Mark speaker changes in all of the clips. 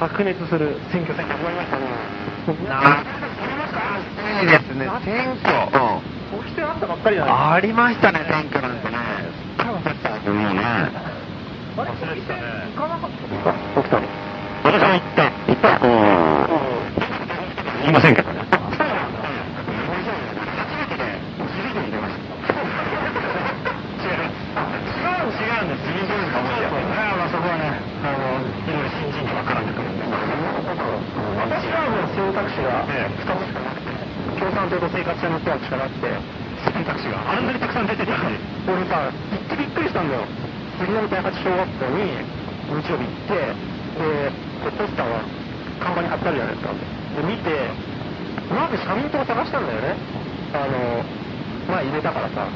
Speaker 1: 白熱する選挙戦が始まりましたね。
Speaker 2: な
Speaker 1: あ
Speaker 2: いいですね、選挙。
Speaker 1: 起きてあったばっかりだね。
Speaker 2: ありましたね、選挙なんてね。もうね。
Speaker 1: あれ、起きて行かなかったの
Speaker 2: 起きたの私も行った。行った言いませんけどね。
Speaker 1: 私はもう選択肢が2つしかなくて、共産党と生活者の人たちしかなくて、選択肢があんなにたくさん出てたのに。俺さ、行ってびっくりしたんだよ。杉並第八小学校に日曜日行って、で、こうポスターが看板に貼ってあるじゃないですか。で、見て、まず社民党を探したんだよね。あの、前入れたからさ。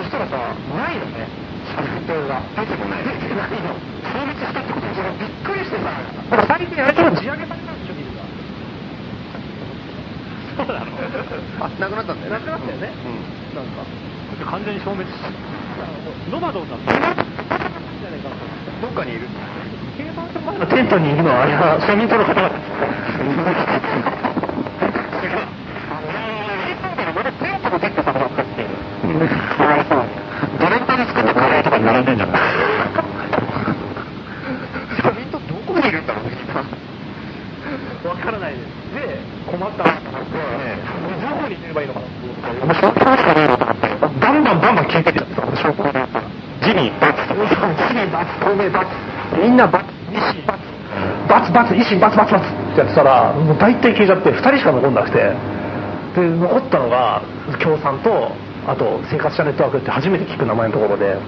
Speaker 1: そしたらさ、ないのね。社民党が。出てこ ない。出てないの。消滅したってことでしょびっくりしてさ、ほら最近あれちょっと地上げされたんでしょ、ビルが。
Speaker 3: そうなの
Speaker 2: あ、なくなったんだよね。
Speaker 1: なくなったよねなんか。
Speaker 3: 完全に消滅したノマドンだった
Speaker 2: うん。どっかにいる。
Speaker 1: テントにいるのはあれは庶民党の方々です。
Speaker 2: ドレンタル作ったカレーとかに並んでんじゃない社民党どこにいるんだろうね、
Speaker 1: わからないです。で、困ったなと思って、どこに行ければいいのかなっていう
Speaker 2: もう証拠しかないのと思ったよ。バンバンバンバン消えてっちゃった。証拠だったら。ジミー、バツ。ジミー、バツ。透明、バツ。みんな、バツ。維新、バツ。
Speaker 1: バツバツ、維新バツバツバツってやってたら、もう大体消えちゃって、2人しか残んなくて、で、残ったのが、共産と、あと、生活者ネットワークって初めて聞く名前のところで、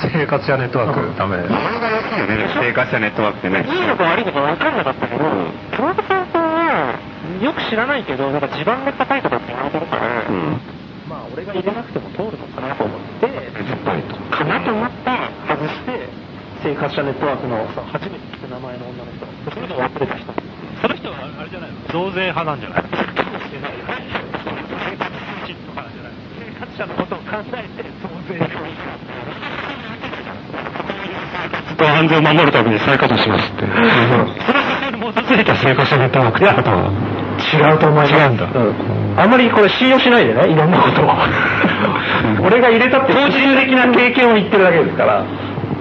Speaker 4: 生活者ネットワーク、ダメ。
Speaker 2: これが良いよね。
Speaker 4: 生活者ネットワークってね。
Speaker 3: いいのか悪いのか分かんなかったけど、
Speaker 2: うん
Speaker 3: トラブさんは、よく知らないけど、なんか地盤が高いとかって言われてるから、
Speaker 2: うん。
Speaker 1: まあ、俺が
Speaker 3: 入れなくても通るのかなと思って、
Speaker 2: 10ポイント。
Speaker 3: かなと思って、外して、
Speaker 1: 生活者ネットワークの、
Speaker 3: その初めて聞く名前の女の人、その人忘れた人。その人はあれじゃないの増税派なんじゃない生活者のことを考えて増税
Speaker 4: 安全を守るために再稼働しますって。
Speaker 3: もうついた
Speaker 4: 生活者ネットワークって方は
Speaker 1: 違うと思います。
Speaker 4: 違うんだ
Speaker 1: うんあんまりこれ信用しないでね、いろんなことを。俺が入れたって、当日的な経験を言ってるだけですから。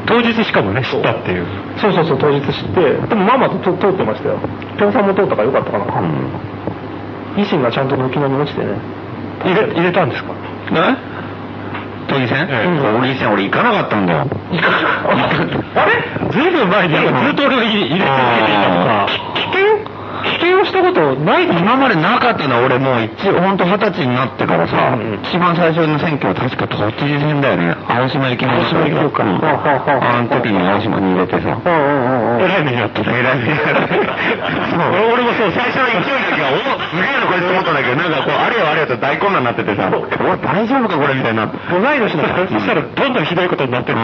Speaker 4: 当日しかもね、知ったっていう。
Speaker 1: そうそうそう、当日知って、でもまあまあとと通ってましたよ。共産も通ったからよかったかな。維新がちゃんと軒並み落ちてね。
Speaker 4: 入れ、入れたんですか
Speaker 2: え都議選都議選俺行かなかったんだよ。
Speaker 4: あれずいぶん前に、ずっと俺が入れ入れ続けていたとか。
Speaker 2: 危険
Speaker 4: 否定をしたことないでしょ
Speaker 5: 今までなかったな、俺もう一応、ほんと二十歳になってからさ、
Speaker 4: うん
Speaker 5: 一番最初の選挙は確か都知事選だよね。青島行きましょう
Speaker 4: 青島行こうか
Speaker 5: ん
Speaker 4: ほうほうほうほう
Speaker 5: あの時に青島に入れてさ。
Speaker 4: うんうんうんうん
Speaker 5: えらい目 にあったね。えらい目にあった。そう俺もそう、最初の勢いの時は、おすげえのこれと思ったんだけど、なんかこう、あれよあれよと大混乱になっててさ、お大丈夫かこれみたいになって。
Speaker 4: 同い年だから
Speaker 5: そしたらどんどんひどいことになってる、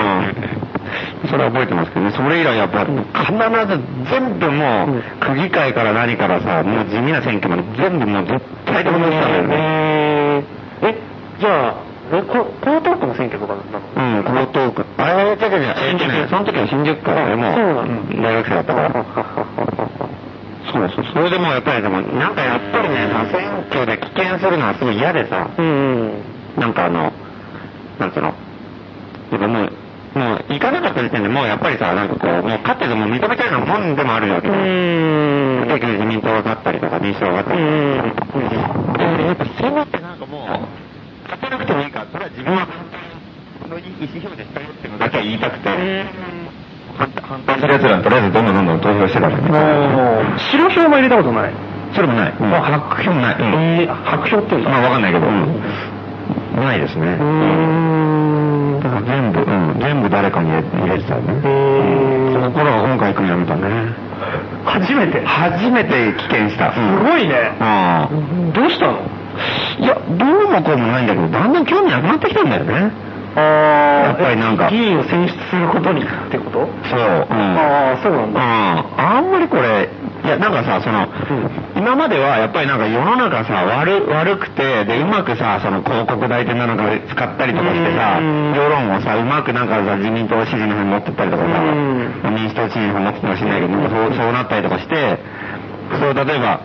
Speaker 5: それは覚えてますけどね、それ以来やっぱり必ず全部も
Speaker 4: うん
Speaker 5: う、区議会から何からさ、もう地味な選挙まで全部もう絶対で同じなんだよね。
Speaker 4: えーえじゃあえこ江東区の選挙とかなの
Speaker 5: うん、このトーク。あれ、だけじゃ、えっとね、その時は新宿からね、も
Speaker 4: そうなの
Speaker 5: う、大学生だったから。そうそう、それでもやっぱりでも、なんかやっぱりね、さ選挙で棄権するのはすごい嫌でさ、
Speaker 4: うんうん
Speaker 5: なんかあの、なんつうの、やっぱもう、もう行かなかった時点でもうやっぱりさ、なんかこう、もう勝ってても認めたようなもんでもあるわけ
Speaker 4: う
Speaker 5: よ。
Speaker 4: ん
Speaker 5: 結局自民党が勝ったりとか、民主党が勝ったりとか。でやっぱ選挙ってなんかもう、勝てなくてもいいから、それは自分は反対の意思表明したよっていうのだけは言いたくて、反対反対する奴らにとりあえずどんどんどんどん投票してたからね。
Speaker 4: もう白票も入れたことない
Speaker 5: それもない。あ、白票もない。うん
Speaker 4: えー白票っていうの
Speaker 5: まあわかんないけど、ないですね。
Speaker 4: うん
Speaker 5: だから全部、うん、全部誰かに入れ入れてたよね。
Speaker 4: ー
Speaker 5: その頃は今回行くのやめたね。
Speaker 4: 初めて
Speaker 5: 初めて棄権した。す
Speaker 4: すごいね
Speaker 5: ああ。
Speaker 4: どうしたの
Speaker 5: いや、どうもこうもないんだけど、だんだん興味なくなってきたんだよね。
Speaker 4: ああ
Speaker 5: やっぱりなんか
Speaker 4: 議員を選出することにってこと、
Speaker 5: そう。うん。
Speaker 4: ああそうな
Speaker 5: うんん、
Speaker 4: だ
Speaker 5: あんまりこれ、いや、なんかさ、その、今まではやっぱりなんか世の中さ、悪、悪くて、で、うまくさ、その広告代理店なのかで使ったりとかしてさ、
Speaker 4: うん
Speaker 5: 世論をさ、うまくなんかさ、自民党支持の方に持ってったりとかさ、
Speaker 4: う
Speaker 5: 民主党支持の方に持ってったりもしれないけど、なんかそう、そうなったりとかして、そう、例えば、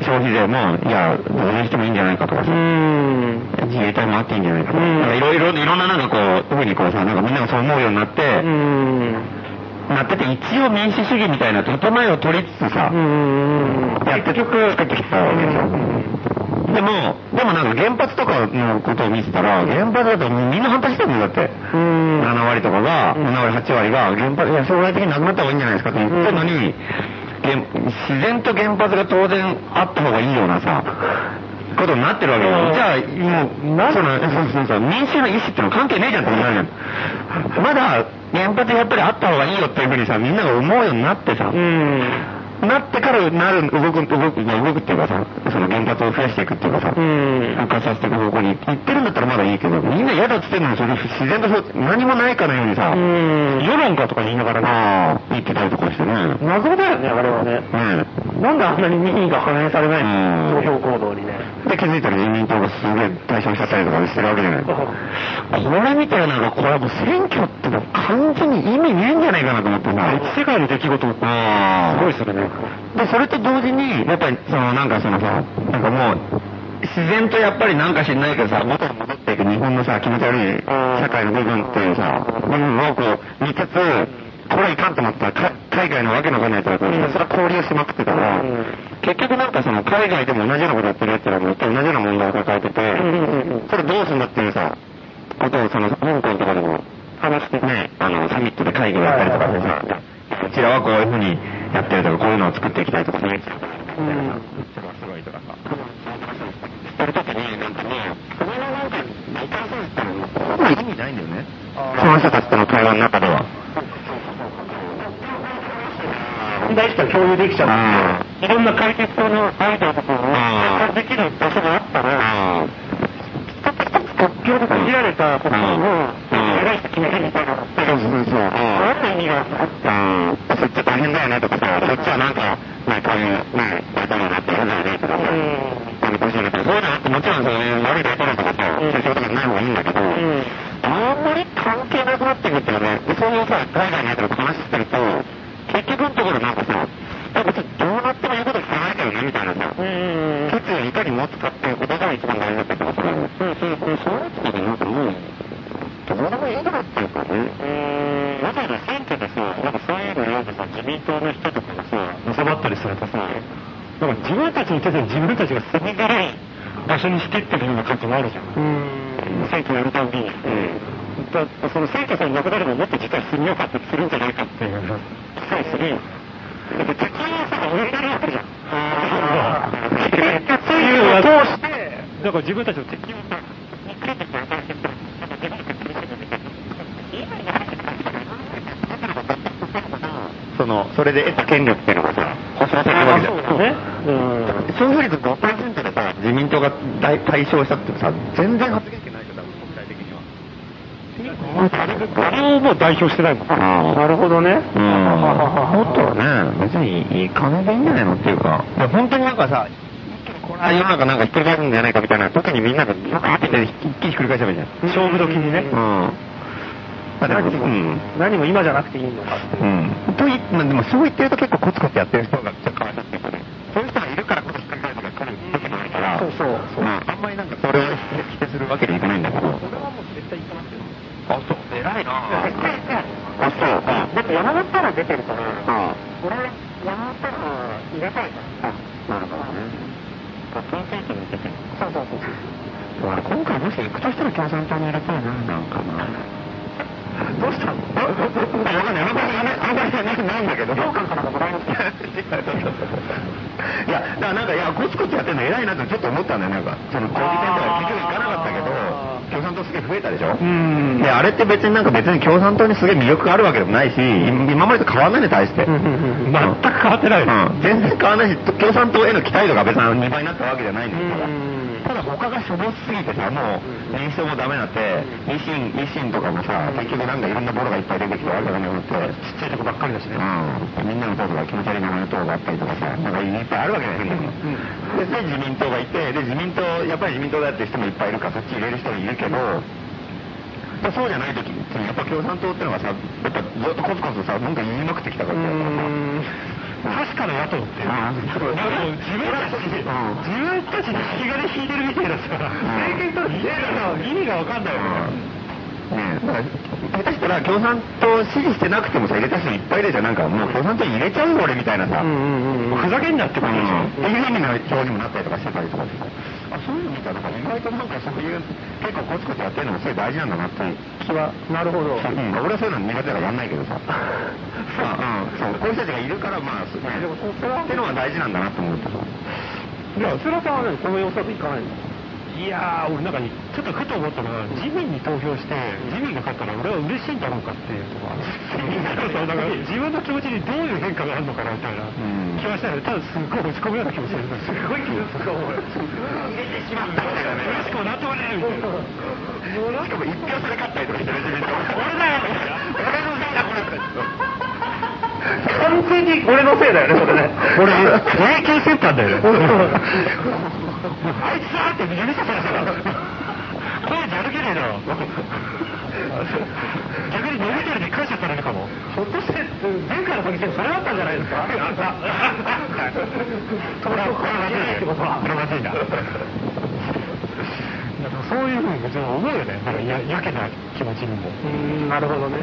Speaker 5: 消費税も、いや、どうにしてもいいんじゃないかとかさ、
Speaker 4: うん
Speaker 5: 自衛隊もあっていいんじゃないかとか、
Speaker 4: うん
Speaker 5: なんかいろいろ、いろんななんかこう、特にこうさ、なんかみんながそう思うようになって、
Speaker 4: うん
Speaker 5: なってて、一応民主主義みたいな建前を取りつつさ、
Speaker 4: うん
Speaker 5: やって局作ってきたわけでしょ。でも、でもなんか原発とかのことを見てたら、原発だとみんな反対してるんだよだって。
Speaker 4: うん
Speaker 5: 7割とかが、
Speaker 4: うん
Speaker 5: 7割、8割が原発、いや、将来的になくなった方がいいんじゃないですかって言ってるの
Speaker 4: う
Speaker 5: に、原自然と原発が当然あった方がいいようなさ、ことになってるわけ
Speaker 4: うん
Speaker 5: よ。じゃあ、もう、なその、そうそうそう、民衆の意思ってのは関係ねえじゃんってことになるじゃん。まだ、原発やっぱりあった方がいいよっていうふうにさ、みんなが思うようになってさ、
Speaker 4: うん
Speaker 5: なってからなる、動く、動く、動くっていうかさ、その原発を増やしていくっていうかさ、
Speaker 4: うん
Speaker 5: 復活させていく方向に行ってるんだったらまだいいけど、みんな嫌だっつってんのに、それ自然とそう何もないかのようにさ、
Speaker 4: うん
Speaker 5: 世論かとか言いながらね、ああ言ってたりとかしてね。ね
Speaker 4: 謎だよねあれはねなんであんなに民意が反映されないの
Speaker 5: うん
Speaker 4: 投票行動にね
Speaker 5: えで、気づいたら自民党がすげえ対象しちゃったりとかしてるわけじゃない。これみたいなのが、これはもう選挙ってのは完全に意味ねえんじゃないかなと思ってさ。
Speaker 4: 世界の出来事
Speaker 5: ああ。
Speaker 4: それね
Speaker 5: で、それと同時に、やっぱり、その、なんかそのさ、なんかもう、自然とやっぱりなんか知んないけどさ、元に戻っていく日本のさ、気持ち悪い社会の部分っていうさ、部分をこう、見つつ、これいかんと思ったら、か海外のわけのわかんないやつらとひたすら交流しまくってたら、
Speaker 4: うん
Speaker 5: 結局なんかその、海外でも同じようなことやってるやつらも、同じような問題を抱えてて、それどうすんだっていうさ、ことをその、香港とかでも、話してね、あの、サミットで会議をやったりとかでさ、うちらはこういうふうにやってるとか、こういうのを作っていきたいとかね、それはすごいとかさ、それとかに、なんかもう、それはなんか、大体そうったのに、そんな意味ないんだよね。その人たちとの会話の中では。
Speaker 4: 問題しか共有できちゃう
Speaker 5: いろんな解決法のアイデアとかを、できる場所があったら、
Speaker 4: 国境とか切られたことを
Speaker 5: うんうん
Speaker 4: 偉い人決めるみたいなのって
Speaker 5: そうそうそう。
Speaker 4: 何の意味がある
Speaker 5: うん、そっち大変だよねとかさ、そっちはなんか、ね、こういう、ね、頭になってるんだよねとかさ、あの、年寄りとか、そういうのあってもちろんそういう悪いところとかさ、そういうことがない方がいいんだけど、
Speaker 4: ん
Speaker 5: あんまり関係なくなってくるっていうかね、そういうさ、海外のやつらと話してると、結局のところなんかさ、あ別にどうなっても言うこと聞かないけどねみたいなさ、
Speaker 4: うん
Speaker 5: 決意をいかに持つかっていうことが一番大事だったりとかさ、そうなってくるとなんかもう、どうでもいいとかっていうかね。わざわざ選挙でさ、なんかそういうのなんかさ、自民党の人とかがさ、
Speaker 6: 収まったりするとさ、
Speaker 5: なんか自分たちに手で自分たちが住みづらい場所にしてってるような感じもあるじゃん。選挙やるたびに、だその選挙さえなくなればもっと実は住みよかったりするんじゃないかっていう、そうですね。結論はさ、同じわけじゃん。
Speaker 3: あー
Speaker 5: 結局 そういうのを通して、
Speaker 3: だから自分たちの敵を
Speaker 5: その、それで得た権力っていうのがさ、保障されるわけじゃん。
Speaker 4: うん。
Speaker 5: 消費率5%でさ、自民党が大対象したってさ、全然発言権ないじゃん、多分国際的には。
Speaker 3: 誰をもう代表してないもん。
Speaker 5: あ
Speaker 4: なるほどね。
Speaker 5: うん、もっとはね、別にいい感じでいいんじゃないのっていうか、いや本当になんかさ、これは世の中なんかひっくり返るんじゃないかみたいな、特にみんながバーって一気にひっくり返せばいいじゃん。
Speaker 4: 勝負時にね
Speaker 5: うん。まあでも、う
Speaker 4: 何も、
Speaker 5: ん。
Speaker 4: 何も今じゃなくていいのかっていう
Speaker 5: う。ん。といまあ、でもそう言ってると結構コツコツやってる人がちょっとかわいそうっていうかね、そういう人がいるからこそひっくり返るのが彼にできないから、
Speaker 4: そうそうそう
Speaker 5: まああんまりなんかそれを否定するわけにはいかないんだけど。あ、そう。偉いなあ、そう。うん
Speaker 7: だって山本太郎出てるから、
Speaker 5: あ
Speaker 7: 俺、山本太郎いらないから。
Speaker 5: あ、なるほどね。共産党に出てる。
Speaker 7: そうそうそう。
Speaker 5: 俺、今回もし行くとしたら共産党に入れたいな、なんかな。どうしたの わかんない。あんまり、あんまりないんだけど。
Speaker 7: 羊羹かなんかもらいましたよ
Speaker 5: いや、だからなんか、いや、コツコツやってるの偉いなってちょっと思ったんだよ、なんか。その、小売店とか結局行かなかったけど
Speaker 4: あ、
Speaker 5: 共産党すげえ増えたでしょ
Speaker 4: ん
Speaker 5: で、あれって別になんか別に共産党にすげえ魅力があるわけでもないし、今までと変わらないね、対して。
Speaker 4: うんうんうん
Speaker 5: 全く変わってない、うん、全然変わらないし、共産党への期待度が別に2倍になったわけじゃないんですから。ただ他がしょぼすぎてさ、もう連勝もダメになって、維新、維新とかもさ、結局なんかいろんなボロがいっぱい出てきてわけがなくなって、ちっちゃいとこばっかりだしね。うん。みんなの党とか気持ち悪い名前の党があったりとかさ、なんかいっぱいあるわけだよ、変なの。で、で自民党がいて、で、自民党、やっぱり自民党だって人もいっぱいいるから、そっち入れる人もいるけど、まあそうじゃない時に、やっぱ共産党ってのがさ、やっぱずっとコツコツさ、なんか言いまくってきたからさ、確かな野党って、
Speaker 3: なんかもう自分たち、自分たちに引き金引いてるみたいなさ、政権取る意味がわかんないよね。
Speaker 5: ねえ、だから下手したら共産党支持してなくてもさ、入れた人いっぱいいるじゃん、なんかもう共産党入れちゃうよ俺みたいなさ、
Speaker 4: うんうんうん
Speaker 5: ふざけんなってことでしょ、っていう意味の表にもなったりとかしてたりとかしてさあそういうの見たら、なんか意外となんかそういう、結構コツコツやってるのもすごい大事なんだなっていう
Speaker 4: 気は、なるほど。
Speaker 5: うん、俺はそういうの苦手だからやんないけどさ、まあうん、そうこういう人たちがいるから、まあ、そうね、ってのが大事なんだなと思ってさ。
Speaker 4: じゃあ、スラさんは何この様子だといかないの
Speaker 3: いやー、俺なんかに、ちょっとふと思ったのが、自民に投票して、自民が勝ったら俺は嬉しいんだろうかっていうところそうだから自分の気持ちにどういう変化があるのかなみたいな
Speaker 5: うん
Speaker 3: 気はしたよね。ただすごい落ち込むような気持ちです。すごい気持ちが俺。入れてしまったんだよね。嬉しくもなんともねえみたいな。
Speaker 5: しかも一票差で勝ったりとかしてる自民党。
Speaker 3: 俺だよ
Speaker 5: 俺のせい
Speaker 4: 完全に俺のせいだ
Speaker 5: だ、これ。
Speaker 4: よね、それね。
Speaker 5: 俺、整形してたんだよね。
Speaker 3: あいつだって見めちゃくちゃだから。声じゃるけねえだろ。逆に伸びてるで感謝されるかも。
Speaker 4: ひょっとして、前回の小木戦、それだったんじゃないですか
Speaker 5: これはこれはまずいね。これはまずいな。
Speaker 3: なんかそういうふうに別に思うよね。なんかややけな気持ちにも。
Speaker 4: うん、なるほどね。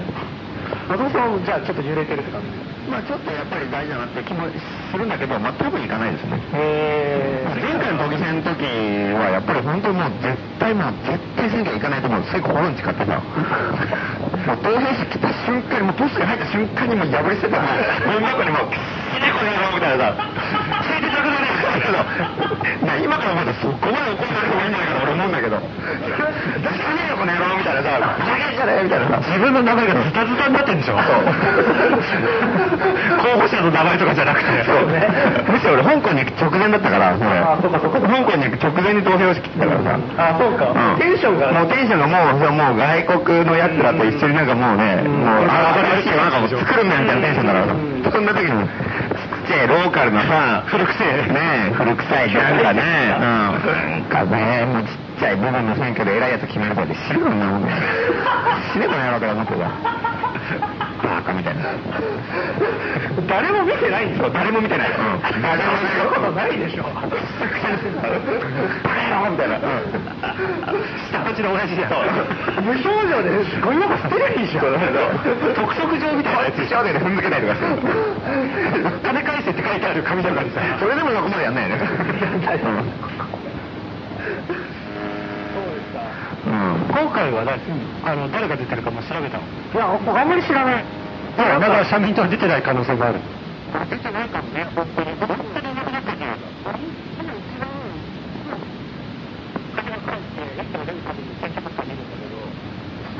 Speaker 4: 松本さんは、じゃあ、ちょっと揺れてるって感じ
Speaker 5: まあちょっとやっぱり大事だなって気もするんだけど、全くいかないですね。
Speaker 4: へ
Speaker 5: 前回の都議選の時はやっぱり本当にもう絶対もう絶対選挙行かないと思うすごい心に誓ってたのもう投票式来た瞬間にもうポストに入った瞬間にもう破り捨てたのもう中にもう「きついねこれみたいなさ「政治家だね」みたいな今からまだそこまで怒られる方がいいんじゃないかな俺思うんだけど「出してねえよこの野郎」みたいなさ「ふざけんじゃねえ」みたいなさ自分の名前がズタズタになってんで しょ候補者の名前とかじゃなくてそうねむしろ俺香港に行く直前だったからそれ
Speaker 4: あそうかそうか
Speaker 5: 香港に行く直前に投票式来たからさ
Speaker 4: あ、そうか。
Speaker 5: うん
Speaker 4: テンションが、
Speaker 5: もうテンションがもうそうもう外国のやつらと一緒になんかもうね、もうあ新しい世の中を作るんだみたいなテンションだからさ、そんな時にちっちゃいローカルのさ古臭いねえ古臭いなんかね、うん、なんかねもうちっちゃい部分の選挙で偉いやつ決めるとかで死ぬもんなもんね死ねこの野郎から思ってたバカみたいな誰も見てないんですよ誰も見てない、うん、誰も見てることないでしょバカ野郎みたいな、下町の親父じゃん無表情ですごいなんかステレビじゃん特色状みたいなやつ一緒で踏んづけたりとかして金返せって書いてある紙とかにさそれでもそこまでやんないよねうん
Speaker 3: 今回はだ、あの誰が出てるかも調べたの。
Speaker 4: いや、あんまり知らない。
Speaker 3: だから社民党は出てない可能性がある。
Speaker 5: あ
Speaker 3: 当ててないかもね、本当に。本当になくなったじゃん。俺、今一番、金が返って、駅を出るたびに選択肢が出るんだけど、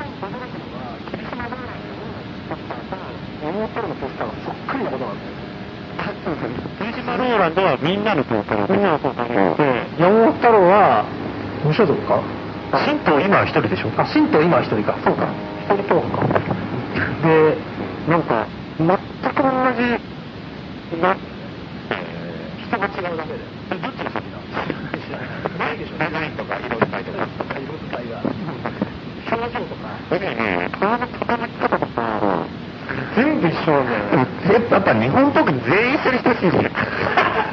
Speaker 3: 一番驚くのは、霧島道内のポスターと、妹のポスターがそっくりなことなんだよ。
Speaker 5: 霧島ローランドはみんなのポータル。みんなのポータル。
Speaker 8: 山本太郎は、無所属か
Speaker 5: 神道今は一人でしょ
Speaker 8: あ、神道今は一人か。そうか。一人党か。で、
Speaker 5: なんか、全く同じ、な、
Speaker 3: 人が違うだけで。
Speaker 5: どっちが先だ
Speaker 3: ないでしょ
Speaker 5: デザインとか色使いとか。
Speaker 3: 色使いが。表情とか。
Speaker 5: うんうん。顔の傾き方とか、
Speaker 8: 全部一緒なんだよね。
Speaker 5: やっぱ日本国全員一人一人信じる。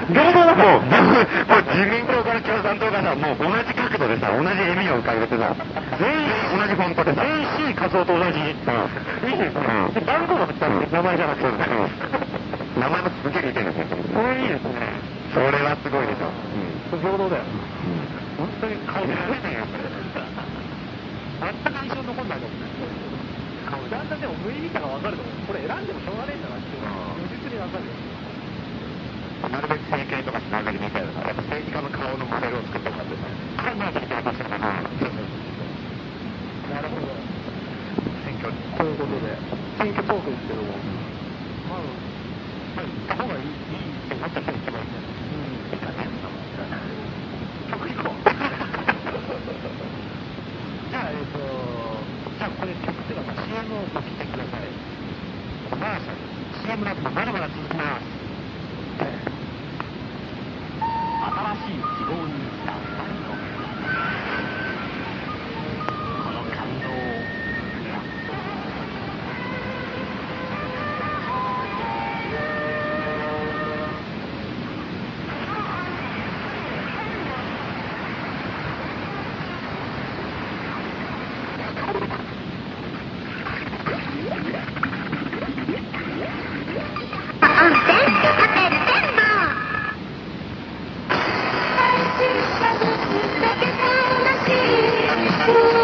Speaker 8: 平等だ
Speaker 5: もう、もう自民党から共産党がさ、もう同じ角度でさ、同じ笑みを浮かべてさ、全員同じフォントでさ。全員 C 仮想と同じ。うん。いいですね。番号が振ったんで、名前じゃなくて。名前もすげえ似てるんですよ。それいいですね。それはすごいでしょ。
Speaker 3: 平等だよ。本当に顔が見えないよ。全く印象残んないかもね。顔だんだんでも無意味さが分かると思う。これ選んでもしょうがねえんだなっていうのが如実に分かるよ。
Speaker 5: なるべく整形とかしないようにみたいな。やっぱ政治家の顔のモデルを作ってもらってさ。考えてみてくださ
Speaker 3: な
Speaker 5: い。
Speaker 3: るほど。
Speaker 5: 選挙に。
Speaker 3: ということで、選挙トークですけども。まあ、まあ、行った方がいい、いいってなった人が一番いいんじゃないですか。うん。曲行こう。じゃあ、えっ、と、じゃあこれ曲っていうか、まあ CM をお聴きください。コマーシャル。CM の後もまだまだ続きます。新しい希望に満ちた二人のこの感動をやっと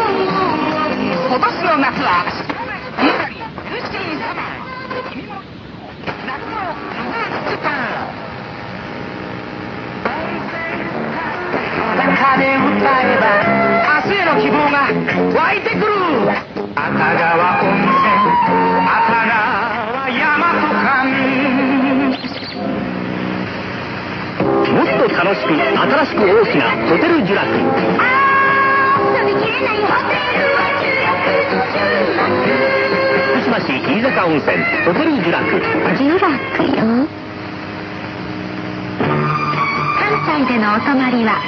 Speaker 9: 今年の夏はミサリ苦しいサマー君も夏の風時間中で歌えば明日への希望が湧いてくる熱川温泉熱川山と間
Speaker 8: もっと楽しく、新しく大きなホテルジュラク。福島市飯坂温泉、ホテルジュラク。
Speaker 1: 自由楽よ関西でのお泊まりは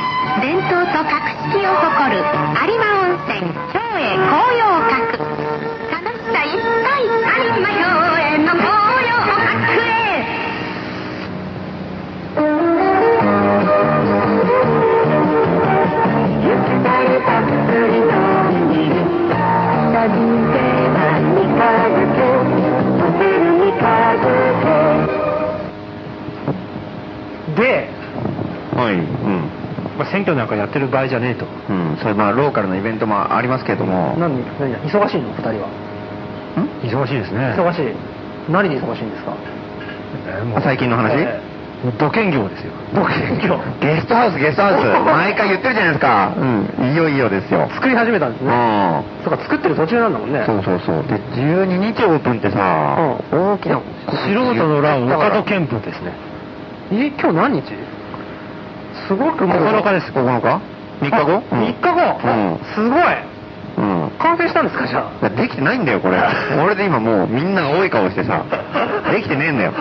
Speaker 1: 伝統と格式を誇る有馬温泉兵営紅葉閣楽しさいっぱい有馬兵営の紅葉閣へ
Speaker 8: で、
Speaker 5: はい。うん。
Speaker 8: まあ、選挙なんかやってる場合じゃねえと。
Speaker 5: うん、それまあローカルのイベントもありますけども、ん
Speaker 8: 何、何、忙しいの二人は。
Speaker 4: 忙しいですね。
Speaker 8: 忙しい。何で忙しいんですか
Speaker 4: えーもう
Speaker 5: 最近の話、
Speaker 8: え
Speaker 4: もう土建業ですよ。
Speaker 8: 僕、選挙。
Speaker 5: ゲストハウス、ゲストハウ ス、毎回言ってるじゃないですか、うん、いよいよですよ。
Speaker 8: 作り始めたんです
Speaker 5: う
Speaker 8: ね。
Speaker 5: ん
Speaker 8: そうか、作ってる途中なんだもんね。
Speaker 5: そうそうそう。で、12日オープンってさ、大きな。
Speaker 4: 素人の乱、岡戸憲法ですね。
Speaker 8: え、今日何日すごくもう
Speaker 5: 9日です、9日 ?3 日後
Speaker 8: あ3日後、
Speaker 5: うん
Speaker 8: すごい
Speaker 5: うん。
Speaker 8: 完成したんですかじゃあ
Speaker 5: いやできてないんだ よ、これ。俺で今もうみんなが多い顔してさ、できてねえんだよ。も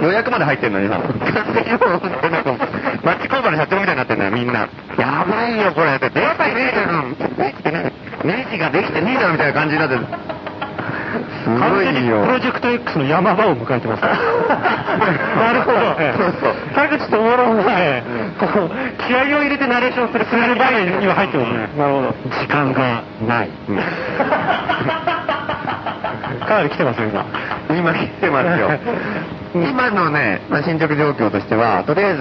Speaker 5: う予約まで入ってんのにさ、 なんか町工場の社長みたいになってんだよ、みんな。やばいよ、これ。でやばいねえじゃん。できてねえ。ネジができてねえだろ、みたいな感じになってる。すご
Speaker 4: 完全
Speaker 5: い
Speaker 4: に
Speaker 5: よ。
Speaker 4: プロジェクト X の山場を迎えてます。なるほど。
Speaker 5: そうそう
Speaker 4: 田口智郎が、ええこう気合を入れてナレーションするする場面には入ってますね。なるほど。時間がない。かなり来てますよ、今。
Speaker 5: 今来てますよ今のね、まあ、進捗状況としてはとりあえず、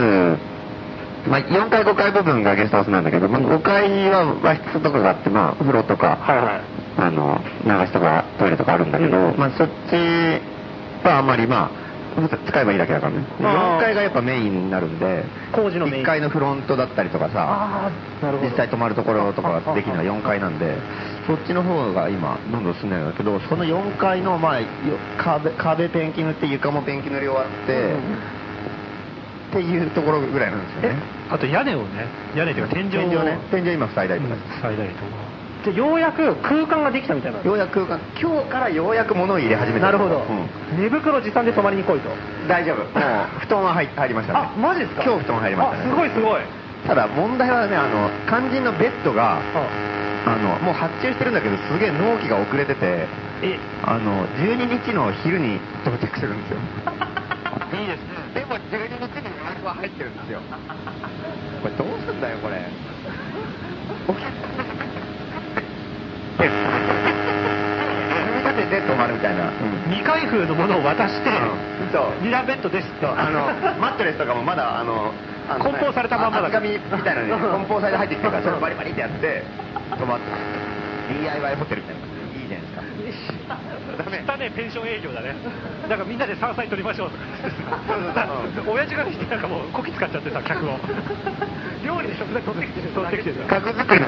Speaker 5: まあ、4階5階部分がゲストハウスなんだけど、まあ、5階は和室とかがあって、まあ、お風呂とか、
Speaker 8: はいはい
Speaker 5: あの流しとかトイレとかあるんだけど、まあ、そっちはあんまりまあ使えばいいだけだからね。
Speaker 2: あー
Speaker 5: 4階がやっぱメインになるんで、
Speaker 2: 工事のメイン
Speaker 5: 1階のフロントだったりとかさ、
Speaker 2: ああなるほど
Speaker 5: 実際泊まるところとかができるのは4階なんで、そっちの方が今、どんどん進んでるんだけど、その4階の、まあ、よ壁、壁ペンキ塗って床もペンキ塗り終わって、っていうところぐらいなんですよね。
Speaker 3: あと屋根をね、屋根っていうか天井
Speaker 5: 天井ね。天井今最大とか
Speaker 3: 最大と
Speaker 2: じゃあようやく空間ができたみたいな
Speaker 5: ようやく空間、今日からようやく物を入れ始めた。
Speaker 2: なるほど、
Speaker 5: うん
Speaker 2: 寝袋持参で泊まりに来いと
Speaker 5: 大丈夫。もう、布団は入入りましたね。
Speaker 2: あマジですか
Speaker 5: 今日布団入りましたね
Speaker 2: あすごいすごい
Speaker 5: ただ問題はねあの肝心のベッドがあのもう発注してるんだけどすげえ納期が遅れてて
Speaker 2: え
Speaker 5: あの12日の昼に到着するん ですよいいですねでも12日に予約は入ってるん ですよこれどうすんだよこれお客さん組み立てて泊まるみたいな、
Speaker 3: 未開封のものを渡して、
Speaker 5: そう
Speaker 3: リラベッドですと。
Speaker 5: あの、マットレスとかもまだ、あの、あの
Speaker 3: 梱包されたまんまだ
Speaker 5: 厚紙みたいなのに、梱包されて入ってきてるから、それバリバリってやって、止まって、DIY ホテルみたいな感じで、いいじゃないですか。ダメ
Speaker 3: 汚ねペンション営業だね。なんかみんなで山菜取りましょうとか
Speaker 5: そうそ う。
Speaker 3: 親父がね、なんかもうこき使っちゃってさ、客 を。料理で食材取ってきてる。取ってきてる。
Speaker 5: 格作りの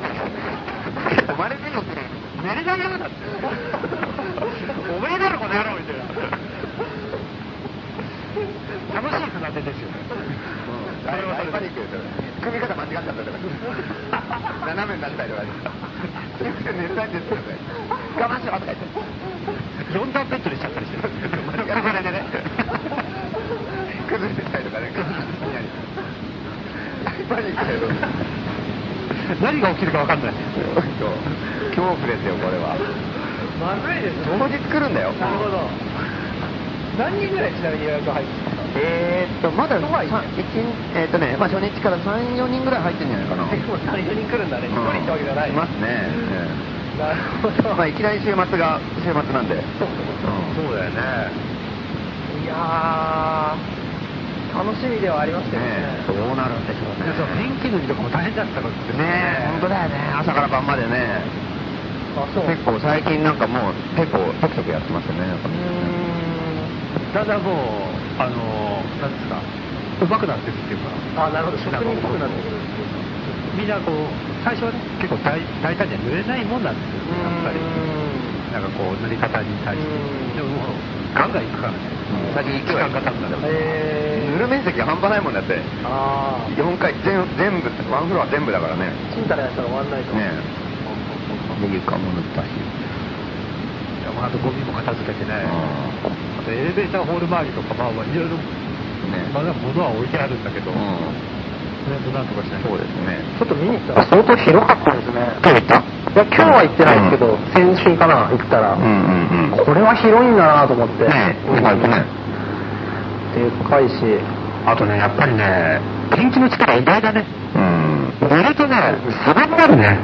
Speaker 5: 生まれてんのって寝れないようだって
Speaker 3: おめえだろこの野郎みたいな。楽しい船出ですよね。
Speaker 5: あれはパニックですよね。組み方間違っちゃったとか。斜めになっ たりとかね。寝れないんですよね。我慢しろとか言って。
Speaker 3: 四段ベッドにしちゃったりしてる。
Speaker 5: 崩れて ね。崩れてたりとかね。パニックだよ。
Speaker 3: 何が起きるかわかんない。
Speaker 5: 恐怖ですよ、これは。
Speaker 2: まずいですね
Speaker 5: 当日来るんだよ。
Speaker 2: なるほど何人ぐらいちなみに予約入ってる
Speaker 5: えーっと、まだ、さ一日えーっとね、まあ初日から3、4人ぐらい入ってるんじゃないかな。
Speaker 2: 結構34人来るんだね一人ってわけじゃない
Speaker 5: いますね。ええ
Speaker 2: なるほど
Speaker 5: まあ、いきなり週末が週末なんで。
Speaker 2: そう
Speaker 5: だよね。
Speaker 2: いやー楽しみではありますけどね
Speaker 5: ねどうなるんでしょうね。
Speaker 3: ペンキ塗りとかも大変だったからって
Speaker 5: ねえ、本当だよね。朝から晩までね。
Speaker 2: あそう
Speaker 5: 結構最近なんかもう結構トクトクやってますよね。やっぱ
Speaker 2: う
Speaker 5: ね
Speaker 2: ー
Speaker 3: だんだんもう、あのー、なんですか、うまくなってるっていうか、
Speaker 2: んあなるほど職人っぽくなってくる
Speaker 3: みんなこう、最初はね、結構大大胆には塗れないもんなんですよ、やっぱり。なんかこう、塗り方に対して。でももう、ガンガンいくからね。
Speaker 5: 先に行
Speaker 3: 時
Speaker 5: けばい
Speaker 3: 間
Speaker 5: い
Speaker 3: が経つんだよ。
Speaker 2: え
Speaker 5: 塗る面積半端ないもんだって。
Speaker 2: ー、ああ
Speaker 5: 4回全全部、ワンフロア全部だからね。ね
Speaker 2: ちんたらやったら終わんないと、
Speaker 5: え。で、床も塗ったし。
Speaker 3: いやまああとゴミも片付けてね。
Speaker 5: あ
Speaker 3: あとエレベーターホール周りとか、まあまあ、いろいろ、
Speaker 5: ーね
Speaker 3: まだ物は置いてあるんだけど、
Speaker 5: うん。
Speaker 3: それもなんとかしないと。
Speaker 5: そうですね。
Speaker 2: ちょっと見に行ったら相当広かったですね
Speaker 5: どういった
Speaker 2: いや今日は行ってないですけど、
Speaker 5: うん
Speaker 2: 先週かな行ったら、
Speaker 5: うんうんうん。
Speaker 2: これは広いんだなと思って、
Speaker 5: ねえ、意外とね。
Speaker 2: でっかいし
Speaker 5: あとね、やっぱりね、
Speaker 3: ペンキの力偉大だね。
Speaker 5: うん。
Speaker 3: 塗るとね、サバになるね。
Speaker 5: うん。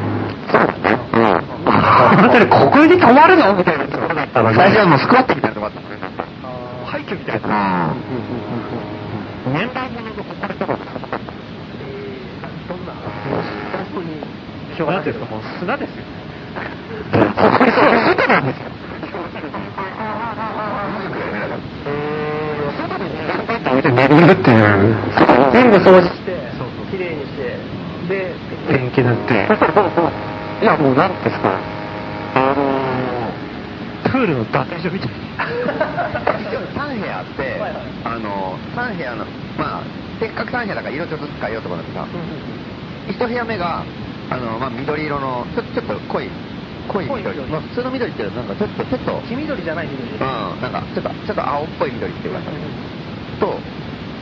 Speaker 3: 本当にここに泊まるのみたいなところだったのに
Speaker 5: 最初はもうスクワットみたいなとこあったもんね。
Speaker 3: 廃墟みたいな。
Speaker 5: う
Speaker 3: 年代物の誇りとか。
Speaker 2: どんな
Speaker 3: なんていうんですか、もう砂ですよ。
Speaker 5: ん。寝るっていう。
Speaker 2: 全部掃除して綺麗にしてで
Speaker 5: ペンキ塗って。いや、もうなんですか。あの
Speaker 3: プールの脱衣所みたい
Speaker 5: ー、でも3部屋あって
Speaker 2: はいはい、
Speaker 5: あのー、3部屋の、まあ、せっかく3部屋だから色ちょっとずつ変えようと思ってさ、1部屋目が、あのー、まあ、緑色の、ちょちょっと濃い、濃い
Speaker 2: 濃い
Speaker 5: 緑。
Speaker 2: 緑
Speaker 5: まあ、普通の緑っていうのはなんかちょっと、ちょっと、
Speaker 2: 黄緑じゃない緑
Speaker 5: うん、なんかちょっと、ちょっと青っぽい緑っていうかさ、と、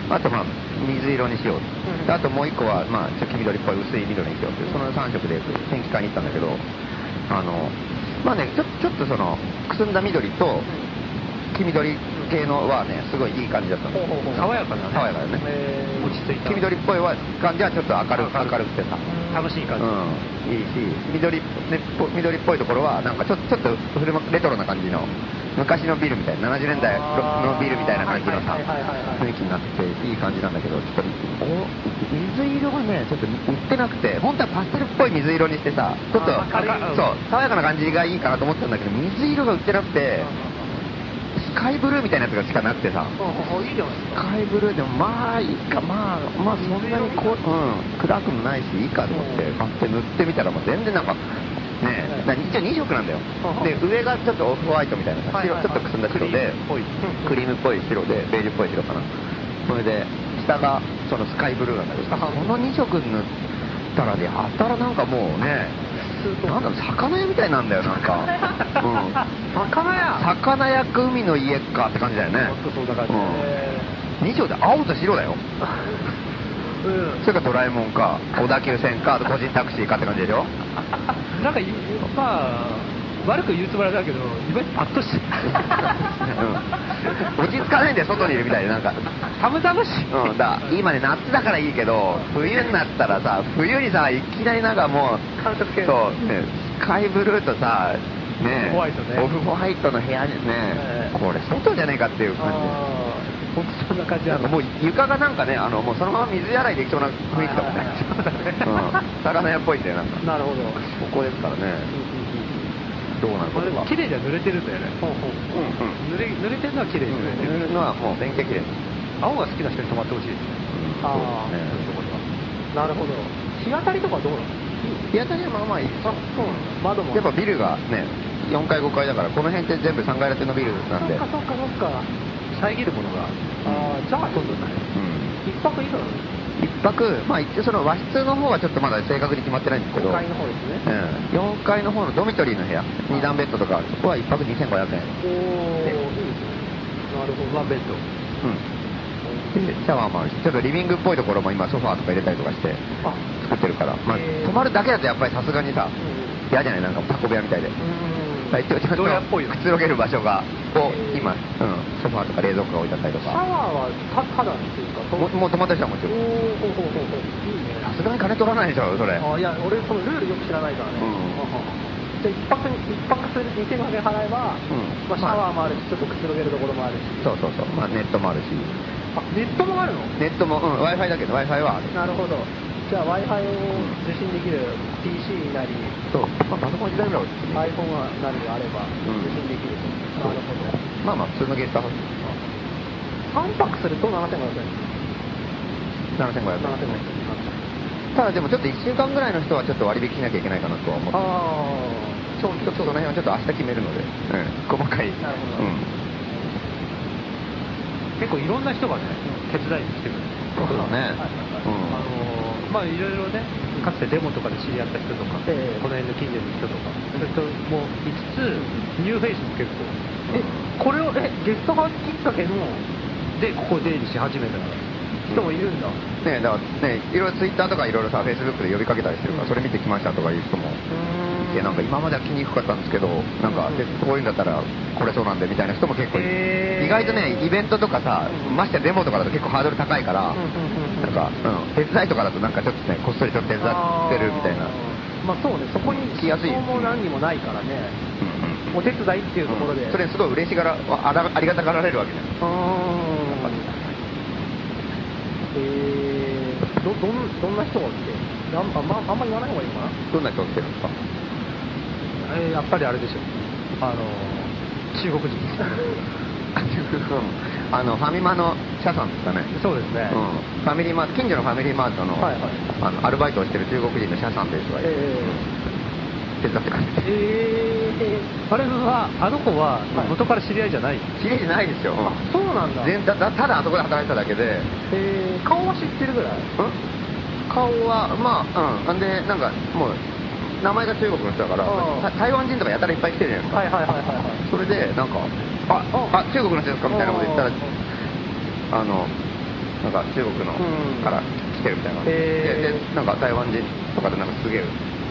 Speaker 5: あとまあ、水色にしよう。
Speaker 2: ん
Speaker 5: であともう一個は、まあ、ちょっと黄緑っぽい薄い緑にしようっていう、その3色で天気買いに行ったんだけど、あの、まあね、ちょちょっとその、くすんだ緑と、黄緑系のはね、すごいいい感じだったの。
Speaker 3: 爽やかな、
Speaker 5: 爽やかだね
Speaker 3: えー落ち着いた
Speaker 5: 黄緑っぽいは感じはちょっと明るく
Speaker 3: 明るく
Speaker 5: 明るくてさ、
Speaker 3: 楽しい感じ、
Speaker 5: うん、いいし緑っぽ緑っぽいところはなんかちょちょっと古まレトロな感じの昔のビルみたいな70年代のビルみたいな感じのさ
Speaker 3: はいはいはいはい
Speaker 5: 雰囲気になっていい感じなんだけどちょっとお水色がねちょっと売ってなくて本当はパステルっぽい水色にしてさちょっと
Speaker 3: あー明るい
Speaker 5: そう爽やかな感じがいいかなと思ってたんだけど水色が売ってなくてスカイブルーみたいなやつがしかなくてさ、
Speaker 3: おおいいじゃないです
Speaker 5: ス
Speaker 3: か
Speaker 5: カイブルーでもまあいいかまあまあそんなにこう、うん、暗くもないしいいかと思って買って塗ってみたらもう全然なんかねえな一応2色なんだよで上がちょっとオフホワイトみたいな白、
Speaker 3: はいはいはい
Speaker 5: ちょっとくすんだ白でクリームっぽい白でベージュっぽい白かなそれで下がそのスカイブルーなんだけどさこの2色塗ったらねやったらなんかもうねなんだろう魚屋みたいなんだよなんか、うん、
Speaker 3: 魚や
Speaker 5: 魚屋か海の家かって感じだよね
Speaker 3: ほんとそうだからね
Speaker 5: うん、2色で青と白だよ
Speaker 3: うん
Speaker 5: それからドラえもんか小田急線かあと個人タクシーかって感じでしょ
Speaker 3: なんかいまあ悪く言うつもりはないけど今パッとし
Speaker 5: うん落ち着かないんだよ外にいるみたいでなんか
Speaker 3: 寒々しい
Speaker 5: うん、だから今ね夏だからいいけど冬になったらさ冬にさいきなりなんかもう
Speaker 3: 感覚系
Speaker 5: そう、ね、スカイブルーとさね
Speaker 3: オフホワイトね
Speaker 5: オフホワイトの部屋にね、
Speaker 3: ええ
Speaker 5: これ外じゃねえかっていう感じで
Speaker 3: あー僕そんな感じ
Speaker 5: な
Speaker 3: なんん
Speaker 5: か
Speaker 3: だ
Speaker 5: もう床がなんかね、あのもうそのまま水洗いできそうな雰囲気だもんね
Speaker 3: はいはいはい そうだね。
Speaker 5: うん魚屋っぽいんだよ、なんか。
Speaker 3: なるほど
Speaker 5: ここですからね。どうなの
Speaker 3: まあ
Speaker 5: これ
Speaker 3: で
Speaker 5: は
Speaker 3: も。綺麗じゃ濡れてるんだよね濡れ濡れてるのは綺麗
Speaker 5: う
Speaker 3: に濡れて
Speaker 5: ん。塗
Speaker 3: る
Speaker 5: るのはもう電気綺麗。
Speaker 3: 青が好きな人に泊まってほしいですあー
Speaker 5: そうですねそういうとこ
Speaker 3: なるほど日当たりとかどうなの
Speaker 5: ろは日当たりはまあまあいい。
Speaker 3: そう窓も
Speaker 5: やっぱビルがね、4階5階だから、この辺って全部3階建てのビルなんで。
Speaker 3: そっかそっかそっか遮るものがああじゃあ今度ない
Speaker 5: うん
Speaker 3: 一泊いくらなの
Speaker 5: 一泊、まあ一応その和室の方はちょっとまだ正確に決まってないんですけど、
Speaker 3: 5階の方ですね
Speaker 5: うん、4階の方のドミトリーの部屋、2段ベッドとかある、そこは1泊
Speaker 3: おおいい
Speaker 5: 2500円。
Speaker 3: ですねなるほどワンベッド
Speaker 5: うん、でシャワーもあるしちょっとリビングっぽいところも今ソファーとか入れたりとかして
Speaker 3: あ
Speaker 5: 作ってるから、まあ、
Speaker 3: へー
Speaker 5: 泊まるだけだとやっぱりさすがにさ
Speaker 3: う
Speaker 5: 嫌じゃないなんかタコ部屋みたいで、
Speaker 3: ん
Speaker 5: はい、一応ちゃんと
Speaker 3: ドヤっぽいよ
Speaker 5: くつろげる場所がを
Speaker 3: へー
Speaker 5: 今、うん、ソファーとか冷蔵庫が置いてあったりと
Speaker 3: シャ
Speaker 5: か
Speaker 3: ワーはたただっていうかそ
Speaker 5: も
Speaker 3: の
Speaker 5: もう泊まった人はもち
Speaker 3: お
Speaker 5: ろん
Speaker 3: ーほうほうほうほういいね
Speaker 5: さすがに金取らないでしょそれ
Speaker 3: あいや俺そのルールよく知らないからね、
Speaker 5: うん
Speaker 3: じゃあ一泊に一泊する2500円払えば、
Speaker 5: うん
Speaker 3: まあ、シャワーもあるしちょっとくつろげるところもあるし
Speaker 5: そうそうそう、まあ、ネットもあるし
Speaker 3: あネットもあるの
Speaker 5: ネットも、うん、w i f i だけど w i f i はある
Speaker 3: なるほどじゃあ w i f i を受信できる PC なり
Speaker 5: そう、まあ、パソコン自体ぐらいは
Speaker 3: iPhone なりがあれば受信できると、なるほど
Speaker 5: まあまあ普通のゲストハウ
Speaker 3: 三
Speaker 5: ス
Speaker 3: 泊すると7500円7500円
Speaker 5: 7500ただでもちょっと1週間ぐらいの人はちょっと割引しなきゃいけないかなとは思って
Speaker 3: あ
Speaker 5: ちょっとその辺はちょっと明日決めるので、うん、細かい、うん、
Speaker 3: なるほどあ結構いろんな人がね手伝いに来てくれる
Speaker 5: そうだね
Speaker 3: はいあ
Speaker 5: う
Speaker 3: のー
Speaker 5: ん
Speaker 3: まあいろいろねかつてデモとかで知り合った人とか、
Speaker 5: ええ
Speaker 3: この辺の近所の人とかそれともう5つニューフェイスも結構えこれをえゲストハウスきっかけのでここ出入りし始めた人もいるんだ、
Speaker 5: ねだからねいろいろツイッターとかいろいろさフェイスブックで呼びかけたりしてるから、
Speaker 3: うん
Speaker 5: それ見てきましたとかいう人もいてなんか今までは来にくかったんですけどなんか
Speaker 3: うん
Speaker 5: でこういうんだったらこれそうなんでみたいな人も結構い
Speaker 3: へ
Speaker 5: る
Speaker 3: ー
Speaker 5: 意外とねイベントとかさましてやデモとかだと結構ハードル高いから、なんか、うん、手伝いとかだとなんかちょっとねこっそりちょっと手伝ってるみたいな、
Speaker 3: あ
Speaker 5: う
Speaker 3: ー
Speaker 5: ん
Speaker 3: まあそうねそこに
Speaker 5: 来やすい
Speaker 3: 人も何にもないからね
Speaker 5: うん
Speaker 3: お手伝いっていうところで、
Speaker 5: それすごい嬉しがらあらありがたがられるわけじゃん
Speaker 3: うーんえー、どどんどんな人が来てあん,あ、まあ、あんまり言わない方がいいのか
Speaker 5: どんな人が来てるんですか
Speaker 3: な、えーやっぱりあれでしょあの中国 人です
Speaker 5: あのファミマの社さんですかね、
Speaker 3: そうですね、
Speaker 5: うん、ファミリーマート近所のファミリーマートの,、
Speaker 3: はいはい
Speaker 5: あのアルバイトをしてる中国人の社さんという人がいて、
Speaker 3: え
Speaker 5: 手伝ってくれ
Speaker 3: ー、えー、あれはあの子は元から知り合いじゃない、
Speaker 5: て綺麗じゃないですよ、
Speaker 3: そうなんだ、
Speaker 5: 全だだただあそこで働いてただけで、
Speaker 3: えー、顔は知ってるぐらい
Speaker 5: 顔はまあうんでなんかもう名前が中国の人だから
Speaker 3: うん
Speaker 5: た台湾人とかやたらいっぱい来てるじゃないですか、
Speaker 3: はいはいはいはいはい
Speaker 5: それでなんか「ああ中国の人ですか?」みたいなこと言った
Speaker 3: うん
Speaker 5: らあのなんか中国の
Speaker 3: うん
Speaker 5: から来てるみたいな、
Speaker 3: へ
Speaker 5: で
Speaker 3: ー
Speaker 5: でなんか台湾人とかでなんかすげえ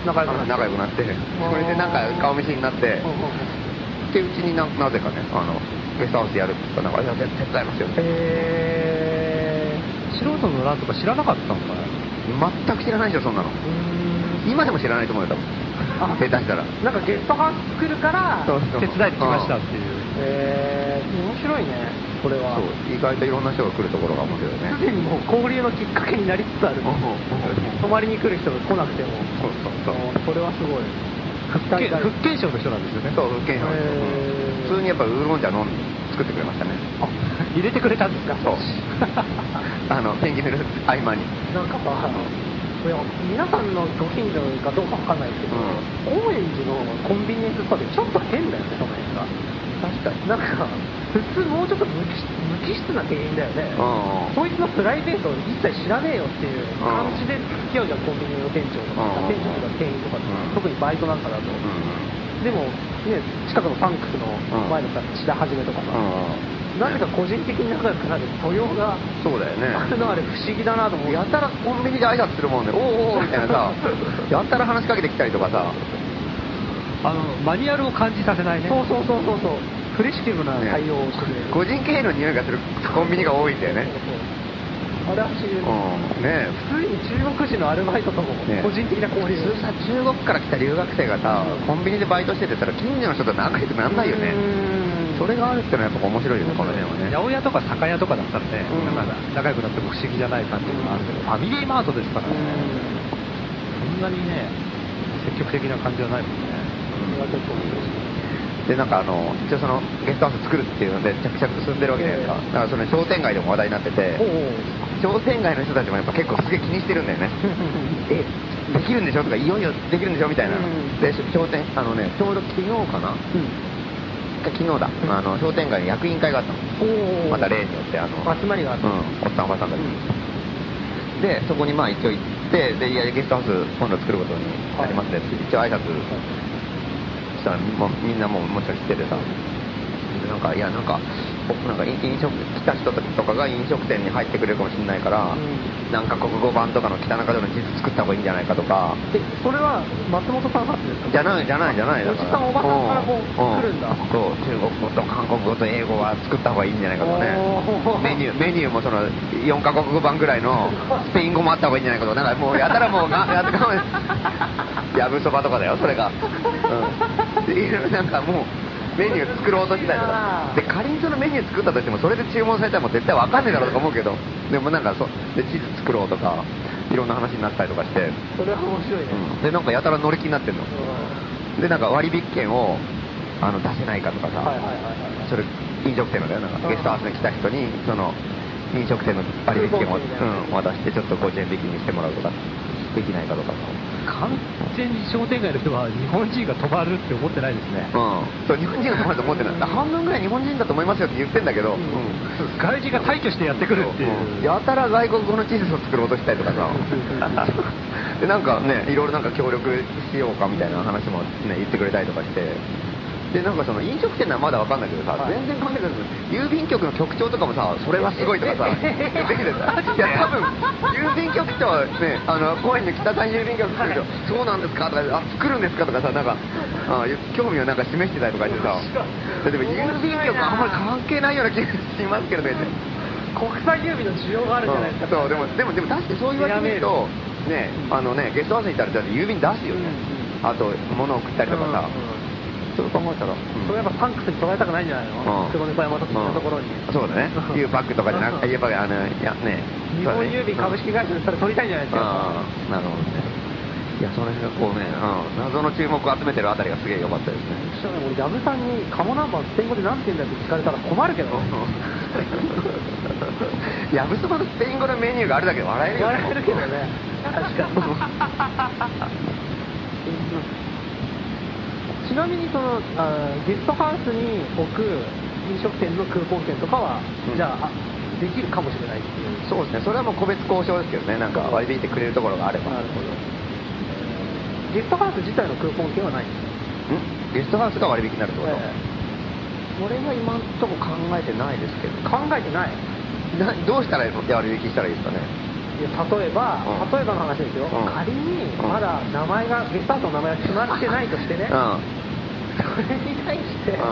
Speaker 3: 仲良くなって
Speaker 5: 仲良くなってそれでなんか顔見知りになって
Speaker 3: うんうんうん
Speaker 5: ってるうちにななぜかねあのゲストハウスやるって言ったらなんか「いや手手伝いますよ」みたいな
Speaker 4: え素人のラとか知らなかったのかな
Speaker 5: 全く知らないでしょそんなの今でも知らないと思うよ多分
Speaker 4: あ
Speaker 5: 下手したら
Speaker 4: なんかゲストハウス来るから
Speaker 5: そうそう
Speaker 4: 手伝いに来ましたっていうえー、面白いねこれは
Speaker 5: そう意外といろんな人が来るところが面白いよね
Speaker 4: すでにもう交流のきっかけになりつつある
Speaker 5: うんうん
Speaker 4: 泊まりに来る人が来なくても
Speaker 5: そうそうそう
Speaker 4: もうそれはすごい
Speaker 5: 福建
Speaker 4: 福建省の人なんですよね
Speaker 5: そう福建省の
Speaker 4: へ
Speaker 5: 人
Speaker 4: ー
Speaker 5: 普通にやっぱウーロン茶飲んで作ってくれましたね
Speaker 4: あ入れてくれたんですか
Speaker 5: そう あの研究する合間に
Speaker 4: なんかさ、いや皆さんのご近所かどうかわかんないですけど、高円寺のコンビニエンスストアってちょっと変だよね、その辺が。確かに。なんか、普通もうちょっと無機無機質な店員だよね。
Speaker 5: う
Speaker 4: こ
Speaker 5: んうん
Speaker 4: いつのプライベートを一切知らねえよっていう感じで付き合うじゃん、コンビニの店長とか
Speaker 5: う、ん
Speaker 4: 店長とか店員とかと特
Speaker 5: うん
Speaker 4: にバイトなんかだと。
Speaker 5: う
Speaker 4: でも、ね、近くのサンクスの前のさ、千田はじめとか
Speaker 5: んう
Speaker 4: さ、
Speaker 5: んうん
Speaker 4: なぜか個人的に仲良くなる素養が、
Speaker 5: そうだよ
Speaker 4: あ
Speaker 5: ね
Speaker 4: るのあれ不思議だなと思って。
Speaker 5: やたらコンビニで挨拶するもんで、おおおーみたいな さ、やたら話しかけてきたりとかさ、
Speaker 4: あのマニュアルを感じさせないねそうそうそうそうそうフレキシブルな
Speaker 5: ね
Speaker 4: 対応をしてくれる、
Speaker 5: 個人経営の匂いがするコンビニが多いんだよね。
Speaker 4: あれは不思議
Speaker 5: う
Speaker 4: で
Speaker 5: ん
Speaker 4: す、、普通
Speaker 5: ね
Speaker 4: に中国人のアルバイトとも
Speaker 5: ね
Speaker 4: 個人的な交
Speaker 5: 普
Speaker 4: 流
Speaker 5: 通さ、中国から来た留学生がさ、コンビニでバイトしててたら、近所の人と仲良くならないよね。それがあるってのはやっぱ面白いよね、この辺はね。
Speaker 4: 八百屋とか酒屋とかだったらね、なんか仲良くなっても不思議じゃない感じがあるけど、ファミリーマートですからね、そんなにね、積極的な感じはないもんね。
Speaker 5: で、なんかあの、一応その、ゲストハウス作るっていうので、着々と進んでるわけじゃないですか。だからその商店街でも話題になってて、商店街の人たちもやっぱ結構すげえ気にしてるんだよ ね。えできるんでしょとかいよいよできるんでしょみたいな、
Speaker 4: うん
Speaker 5: で商店あのねちょうど昨日かな昨日だ、あの商店街に役員会があったの
Speaker 4: お
Speaker 5: また例によってあの、
Speaker 4: 集まりがあっ
Speaker 5: う
Speaker 4: た、
Speaker 5: ん、おっさんおばさんたち、でそこにまあ一応行ってでいやゲストハウス今度作ることになりますねって、一応挨拶したらもうみんなもうもちろん来ててさでなんかいやなんかおなんか飲飲食来た人とかが飲食店に入ってくれるかもしれないから、
Speaker 4: う
Speaker 5: なんか国語版とかの北中城の地図作った方がいいんじゃないかとか
Speaker 4: えそれは松本さん発ですか
Speaker 5: じゃないじゃないじゃない
Speaker 4: おじさんおばさんからこう
Speaker 5: う
Speaker 4: 来るんだ
Speaker 5: そう中国語と韓国語と英語は作った方がいいんじゃないかとね
Speaker 4: おー
Speaker 5: メニューメニューもその4カ国語版ぐらいのスペイン語もあった方がいいんじゃないかとなんかもうやたらもうがやたらもうやぶそばとかだよそれがうんいろいろなんかもうメニュー作ろうとしたりとかで仮にそのメニュー作ったとしてもそれで注文されたらもう絶対わかんねえだろうとか思うけどでもなんかそうで地図作ろうとかいろんな話になったりとかして、
Speaker 4: それは面白いね、
Speaker 5: うんでなんかやたら乗り気になってんのでなんか割引券をあの出せないかとかさ、
Speaker 4: はいはいはいはい
Speaker 5: それ飲食店のだよなん
Speaker 4: う
Speaker 5: か
Speaker 4: ん
Speaker 5: ゲストハウスに来た人にその飲食店の割引券を、
Speaker 4: クーポンみたいなね
Speaker 5: うん渡してちょっと50円引きにしてもらうとかできないかとか
Speaker 4: 完全に商店街の人は日本人が泊まるって思ってないですね
Speaker 5: うんそう日本人が泊まると思ってない半分ぐらい日本人だと思いますよって言ってんだけど、うん
Speaker 4: 外人が退去してやってくるっていう、
Speaker 5: うんやたら外国語の地図を作ろうとしたりと かさでなんかねいろいろなんか協力しようかみたいな話もね言ってくれたりとかしてでなんかその飲食店ならまだわかんないけどさ、全然関係ないけど郵便局の局長とかもさそれはすごいと かさ言ってきてさいや多分郵便局長はねあの公園の北谷郵便局作るよそうなんですかとかあ作るんですかとかさなんかあ興味をなんか示してたりとかしてさででも郵便局あんまり関係ないような気がしますけどね
Speaker 4: 国際郵便の需要があるじゃないですか、
Speaker 5: そうでもでもでも確かにそう言われてみるとねあのねゲストハウスにいたらだって郵便出すよね、あと物を送ったりとかさ、そう考えたら、うん
Speaker 4: それやっぱサンクスに捉えたくないんじゃないの、
Speaker 5: うん
Speaker 4: 坪根小山とかそんなところに、
Speaker 5: うんそうだね U パックとかじゃなくて U パックあのいやね
Speaker 4: 日本郵便株式
Speaker 5: 式
Speaker 4: 会社でそれ取りたいんじゃないですか、
Speaker 5: ああなるほどねいやその辺がこうね、うん、謎の注目を集めてるあたりがすげえ良かったですね
Speaker 4: そしたら俺矢部さんに「カモナンバースペイン語で何て言うんだ?」って聞かれたら困るけどね、
Speaker 5: やぶそばのスペイン語のメニューがあるだけで笑えるよ
Speaker 4: 笑えるけどね確かにちなみにそのあーゲストハウスに置く飲食店のクーポン券とかは、
Speaker 5: うん
Speaker 4: じゃああできるかもしれないっていう
Speaker 5: そうですねそれはもう個別交渉ですけどねなんか割り引いてくれるところがあれば
Speaker 4: なるほどゲストハウス自体のクーポン券はないんですよ
Speaker 5: んゲストハウスが割引になるってこと、
Speaker 4: え
Speaker 5: これは今んとこ考えてないですけど
Speaker 4: え考えてない
Speaker 5: などうしたら割引したらいいですかね
Speaker 4: いや例えば、
Speaker 5: うん
Speaker 4: 例えばの話ですよ、
Speaker 5: うん
Speaker 4: 仮にまだ名前が、ゲストハウスの名前が決まってないとしてね、
Speaker 5: う
Speaker 3: それに対して
Speaker 5: う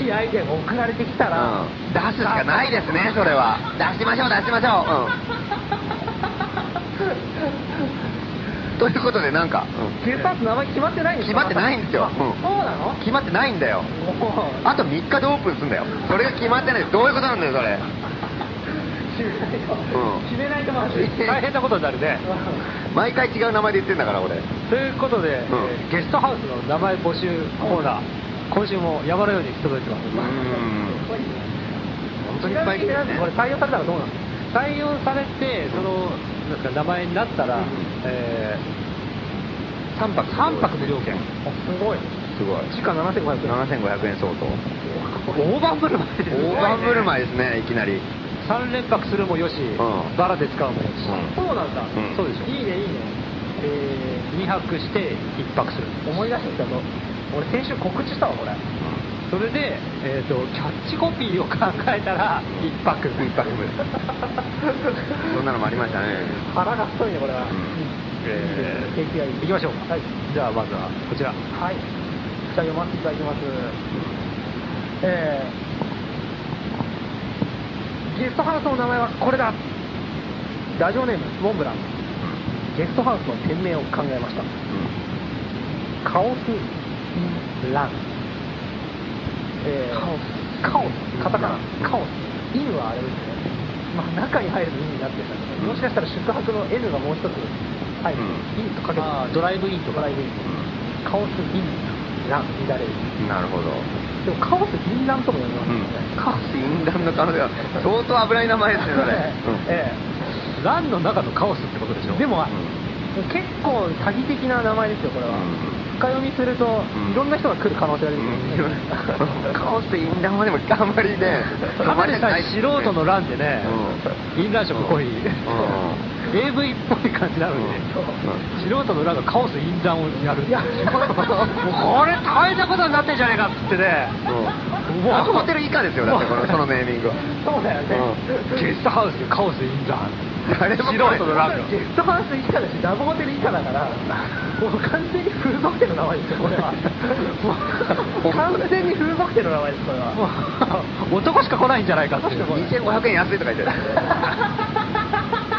Speaker 3: いいアイデアが送られてきたら、
Speaker 5: うん出すしかないですねそれは出しましょう出しましょう、 うん、ということでなんか、
Speaker 3: ゲスパーツ名前決まってないんです
Speaker 5: 決
Speaker 3: か
Speaker 5: まってないんですよ
Speaker 3: あ
Speaker 5: うん
Speaker 3: そうなの
Speaker 5: 決まってないんだよ
Speaker 3: もう
Speaker 5: あと3日でオープンすんだよそれが決まってないどういうことなんだよそれ
Speaker 3: 決めないと、
Speaker 5: うん
Speaker 3: 決めないとマジで
Speaker 5: 大変
Speaker 3: なことになるね
Speaker 5: 毎回違う名前で言ってんだから俺
Speaker 3: ということで、
Speaker 5: ん
Speaker 3: えーゲストハウスの名前募集コーナー、今週も山のように届いてます、
Speaker 5: 本当にいっぱい来てるね
Speaker 3: これ採用されたらどうなんですか採用されてそのなんか名前になったら、え3泊3泊無料券すごい
Speaker 5: すごい
Speaker 3: 時間7500円
Speaker 5: 7500円相当
Speaker 3: 大盤振る舞いですね
Speaker 5: 大盤振る舞いですねいきなり
Speaker 3: 3連泊するもよし、
Speaker 5: ん
Speaker 3: バラで使うもよし、
Speaker 5: うん
Speaker 3: そうなんだ、
Speaker 5: うん
Speaker 3: そうでしょいいねいいね、え2泊して1泊する思い出してきたぞ俺先週告知したわこれそれで、えー、とキャッチコピーを考えたら1泊
Speaker 5: 一泊 分そんなのもありましたね
Speaker 3: 腹が太いねこれは、
Speaker 5: え
Speaker 3: 景
Speaker 5: ー
Speaker 3: 気がいい行きましょうか、はい、じゃあまずはこちらはいじゃあ読ませていただきますえーゲストハウスの名前はこれだラジオネームモンブランゲストハウスの店名を考えましたカオス・イン・ラン、えー、カオスカタカナカオスインはあれですね、まあ、中に入るとインになってるんだけどもしかしたら宿泊の N がもう一つ入る、
Speaker 5: う
Speaker 3: インとかけてドライブインとかドライブインカオス・イン・ラン乱れる
Speaker 5: なるほど
Speaker 3: でもカオス・イン・ランとも読みますよね、カオス・イ
Speaker 5: 禁断の可能性は相当危ない名前ですねそれ、
Speaker 3: ええランの中のカオスってことでしょでも、結構詐欺的な名前ですよこれは、深読みすると、
Speaker 5: うん
Speaker 3: いろんな人が来る可能性が出てくる、
Speaker 5: うんカオスとインダンはでもあんまりね
Speaker 3: かなりさ素人の
Speaker 5: ラ
Speaker 3: 欄でね、インラン色濃い、AV っぽい感じなのに、素人の欄がカオスインダンをやるっていう もうこれ大変なことになってんじゃねえかっつってね、もう
Speaker 5: アクホテル以下ですよだ ってこのそのネーミングは
Speaker 3: そうだよね、ゲストハウスでカオスインダン
Speaker 5: 誰も
Speaker 3: 素
Speaker 5: 来ない
Speaker 3: 人の欄がゲストハウス以下だしラブホテル以下だからもう完全に風俗店の名前ですよこれはもう完全に風俗店の名前ですこれは男しか来ないんじゃないかっていう
Speaker 5: 2500円安いとか言ってる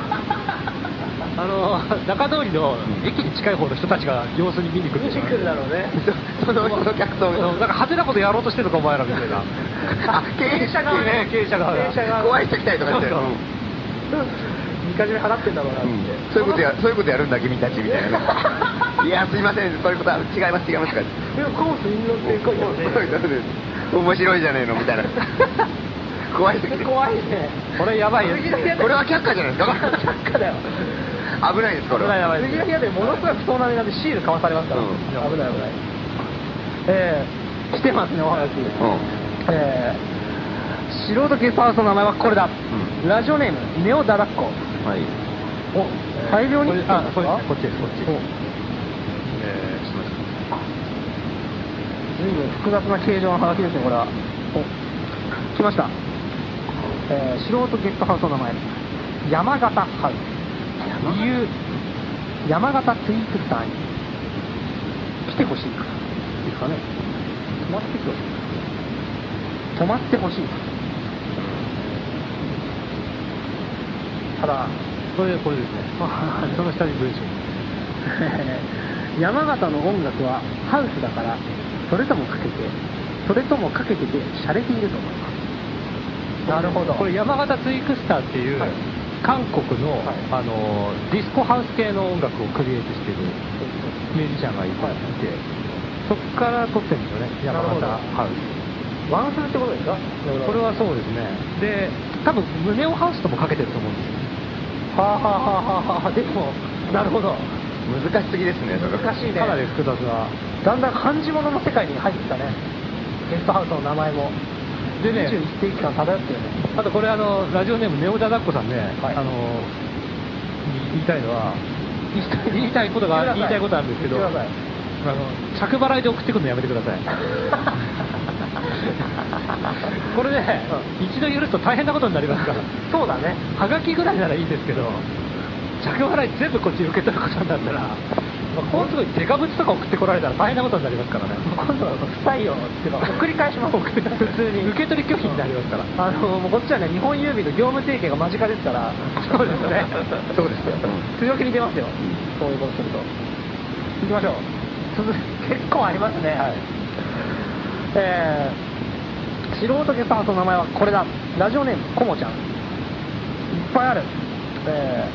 Speaker 3: あの中通りの駅に近い方の人たちが様子に見に来る
Speaker 5: 見に来るだろうねそのその客層が
Speaker 3: うんなんか派手なことやろうとしてるのかお前らみたいな
Speaker 5: あ経営者側ね
Speaker 3: ね経営者側が
Speaker 5: 怖い人来たりとかして
Speaker 3: そうそう見かじめ払ってんだろうなって、
Speaker 5: そういうことやそういうことやるんだ君たちみたいな ねいやすいませんそういうことは違います違いますとか
Speaker 3: でもコースに乗ってこいよね
Speaker 5: 面白いじゃねえのみた いな怖い時で
Speaker 3: 怖いねこれやばいよ
Speaker 5: これは却下じゃないですか
Speaker 3: 却下だよ
Speaker 5: 危ないですこれ
Speaker 3: 危ない
Speaker 5: は
Speaker 3: 危ない次の部屋でものすごい不当な値段でシールかわされますから、
Speaker 5: うん
Speaker 3: 危ない危ないえー、来てますねおはがき、えー、素人ゲストハウスの名前はこれだ、ラジオネームネオダダッコ
Speaker 5: うんはい
Speaker 3: お大量にあこ
Speaker 5: こっちですこっちえーすいません
Speaker 3: 随分複雑な形状のハガキですねこれはお来ました、えー、素人ゲストハウスの名前山形ハウス理由山形ツイークさんに来てほしいからですかね泊まってきてほしいから泊まってほしいからただこれこれ ですねその下に文章 山形の音楽はハウスだからそれともかけてそれともかけてて洒落ていると思いますなるほどこれ山形ツイクスターっていう、韓国の,、あのディスコハウス系の音楽をクリエイトしてるミュージシャンがいて、そこから撮ってるんですよね山形ハウスワンフルってことですかこれはそうですねで多分胸をハウスともかけてると思うんですよはあはあはあはあでもなるほど
Speaker 5: 難しすぎですねそれ
Speaker 3: 難しいねかなり複雑なだんだん漢字物の世界に入ってきたねゲストハウスの名前もでね21世紀感漂ってるねあとこれあのラジオネームネオダダッコさんね、あのに言いたいのは言いたいことが言いたいことあるんですけどあの着払いで送ってくるのやめてくだ さいこれね、一度許すと大変なことになりますからそうだねはがきぐらいならいいんですけど着払い全部こっち受け取ることになったら
Speaker 4: まあ、このすごいデカブチとか送ってこられたら大変なことになりますからね、今度は不採用っていうか、送り返します、送り普通 に、受け取り拒否になりますから、あのもうこっちはね、日本郵便の業務提携が間近ですから、そうで すね、そうですよ、強気に出ますよ、そういうことすると。行きましょう、続いて結構ありますね、はい、えー、素人ゲストハウスの名前はこれだ、ラジオネーム、こもちゃん、いっぱいある、え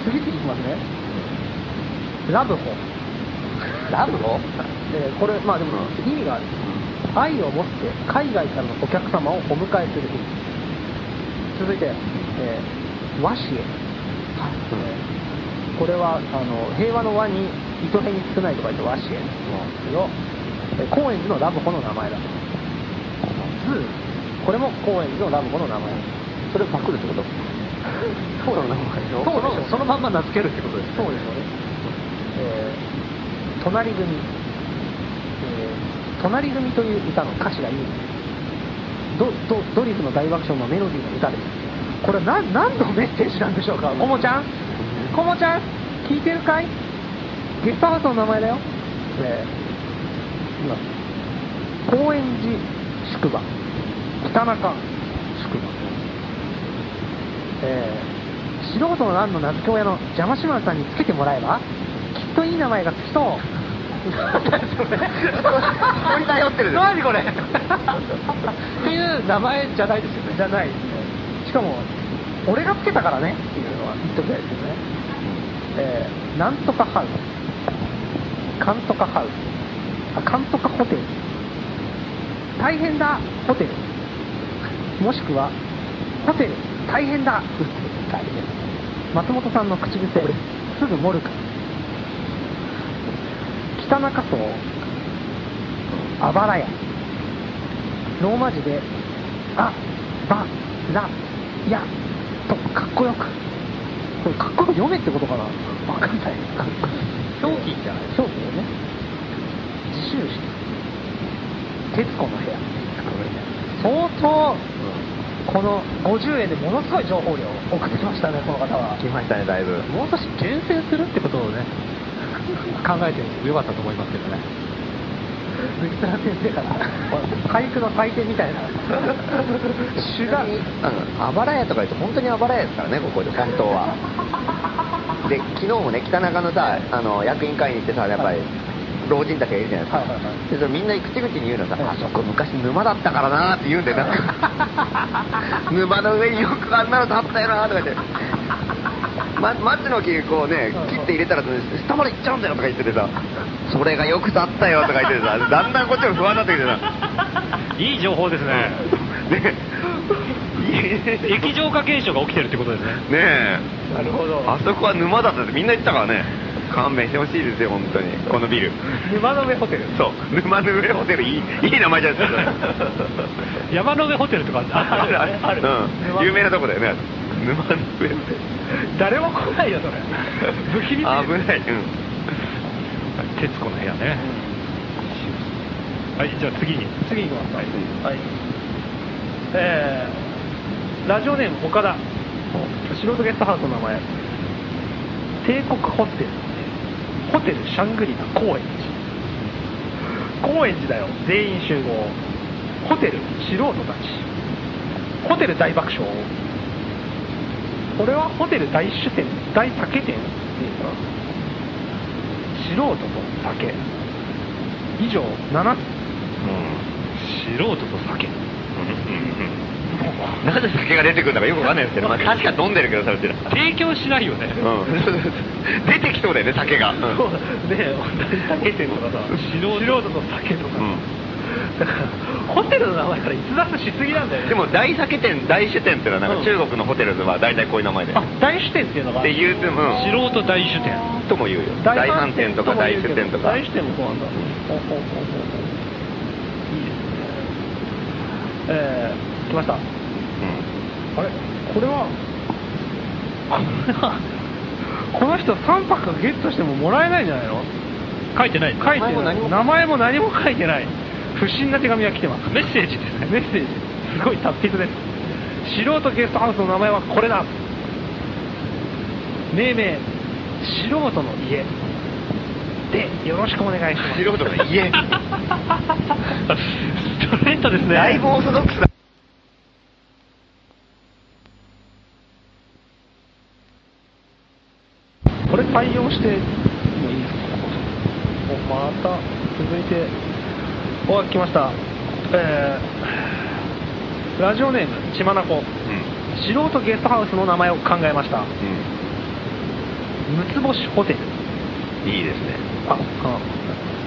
Speaker 4: ー、次々いきますね。ラブホ。
Speaker 5: ラブホ
Speaker 4: えーこれ、まあでも、意味がある。愛を持って海外からのお客様をお迎えする日。続いて、えー和紙へ。これは、あの、平和の和に、糸辺に少ないとか言って和紙へですけど、えー高円寺のラブホの名前だと。ズーこれも高円寺のラブホの名前。
Speaker 5: それパクるってこと
Speaker 4: そうなのそうなのそのまんま名付けるってことですそうですよね、えー、隣組、えー、隣組という歌の歌詞がいいんですドドドリフの大爆笑のメロディーの歌ですこれな何のメッセージなんでしょうかこもちゃんこもちゃん聞いてるかいゲストハウスの名前だよえー、今高円寺宿場北中宿場えー素人の欄の名付け親の邪魔しまさんにつけてもらえばきっといい名前がつきそう
Speaker 5: り頼ってる
Speaker 4: 何これっていう名前じゃないですよねじゃないですねしかも俺がつけたからねっていうのは言っときたいですよね、えーなんとかハウスかんとかハウスあかんとかホテル大変だホテルもしくは、ホテル、大変だ、大変松本さんの口癖、すぐ盛るから。北中荘、あばら屋。ローマ字で、あ、ば、ら、や、と、かっこよく。これ、かっこよく読めってことかなわかんない。表記じゃない表記だよね。自習室。徹子の部屋相当この50円でものすごい情報量を送ってきましたねこの方は
Speaker 5: 来ましたねだいぶ
Speaker 4: もう少し厳選するってこと をね考えてよかったと思いますけどね鈴木沢先生から俳句の採点みたい な主が
Speaker 5: うんあばら屋とか言うと本当にあばら屋ですからねここで本当 はで昨日もね北中のさあの役員会に行ってさやっぱり老人たちがいるじゃないですか、
Speaker 4: はいはいはい
Speaker 5: でそれみんな口々に言うのさ、
Speaker 4: はい
Speaker 5: あそこ昔沼だったからなーって言うんだよなん か沼の上によくあんなの立ったよなーとか言って、ま、松の木こうね切って入れたら下まで行っちゃうんだよとか言っててさそれがよく立ったよとか言っててさだんだんこっちも不安になってきてさ
Speaker 10: いい情報です ね。
Speaker 5: ね
Speaker 10: 液状化現象が起きてるってことですね。
Speaker 5: ねえ
Speaker 4: なるほど
Speaker 5: あそこは沼だったってみんな言ったからね勘弁してほしいですよ本当にこのビル
Speaker 4: 沼の上ホテル
Speaker 5: そう沼の上ホテルいいいい名前じゃないですか
Speaker 10: 山の上ホテルとかあるねある。
Speaker 5: うん、有名なとこだよね沼の上ホテル
Speaker 4: 誰も来ない よそれ
Speaker 10: 不気味だよ
Speaker 5: 危ない、うん、
Speaker 10: 徹子の部屋ね。はい、じゃあ次に。
Speaker 4: 次行きますかはいえー、ラジオネーム岡田素人ゲストハウスの名前帝国ホテルホテルシャングリラ高円寺高円寺だよ全員集合ホテル素人たちホテル大爆笑これはホテル大酒店大酒店っていうか素人と酒以上7つ
Speaker 10: 素人と酒。
Speaker 5: なぜ酒が出てくるのかよくわかんないですけど、まあ、確か飲んでるけどさうちら
Speaker 10: 提供しないよね。
Speaker 5: うん、出てきそうだよね酒が、うん
Speaker 4: そうだね同じ酒店とかさ
Speaker 10: 素人と酒とか。
Speaker 4: だからホテルの名前から逸脱しすぎなんだよね
Speaker 5: でも大酒店大酒店ってのはなん
Speaker 4: うん
Speaker 5: か中国のホテルでは大体こういう名前で、
Speaker 4: あ大酒店っていうのがあ
Speaker 5: って
Speaker 4: る
Speaker 5: 言うても、うん
Speaker 10: 素人大酒店。
Speaker 5: とも言うよ大飯店とか大酒店とか
Speaker 4: 大酒店もそうなんだほうほうほうほういいですねえー、来ましたあれこれはこれはこの人3泊ゲットしてももらえないんじゃないの
Speaker 10: 書いてない。
Speaker 4: 書いてない名前も何も書いてない不審な手紙が来てます
Speaker 10: メッセージですね。
Speaker 4: メッセージすごい達筆です素人ゲストハウスの名前はこれだ命名素人の家でよろしくお願いします
Speaker 5: 素人が言
Speaker 4: ス
Speaker 5: え
Speaker 4: トレートですね
Speaker 5: だいぶオーソドックスだ
Speaker 4: これ対応してもいいですかおまた続いてお来ましたえーラジオネーム血まなこ素人ゲストハウスの名前を考えました
Speaker 5: う
Speaker 4: 六つ星ホテル
Speaker 5: んいいですね
Speaker 4: ああ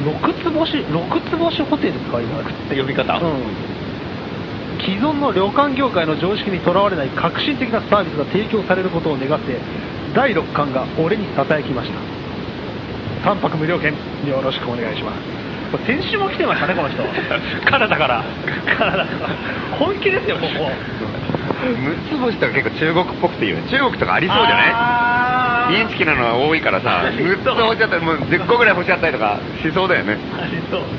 Speaker 4: 六つ星六つ星ホテルって書いてある
Speaker 5: 呼び
Speaker 4: う
Speaker 5: 方
Speaker 4: ん、既存の旅館業界の常識にとらわれない革新的なサービスが提供されることを願って第6巻が俺にささやきました3泊無料券よろしくお願いしますこれ先週も来てましたねこの人 カナダからカナダから本気ですよここ
Speaker 5: 六つ星とか結構中国っぽくていいよね中国とかありそうじゃないインチキなのは多いからさ6つ星あったりもう10個ぐらい星あったりとかしそうだよね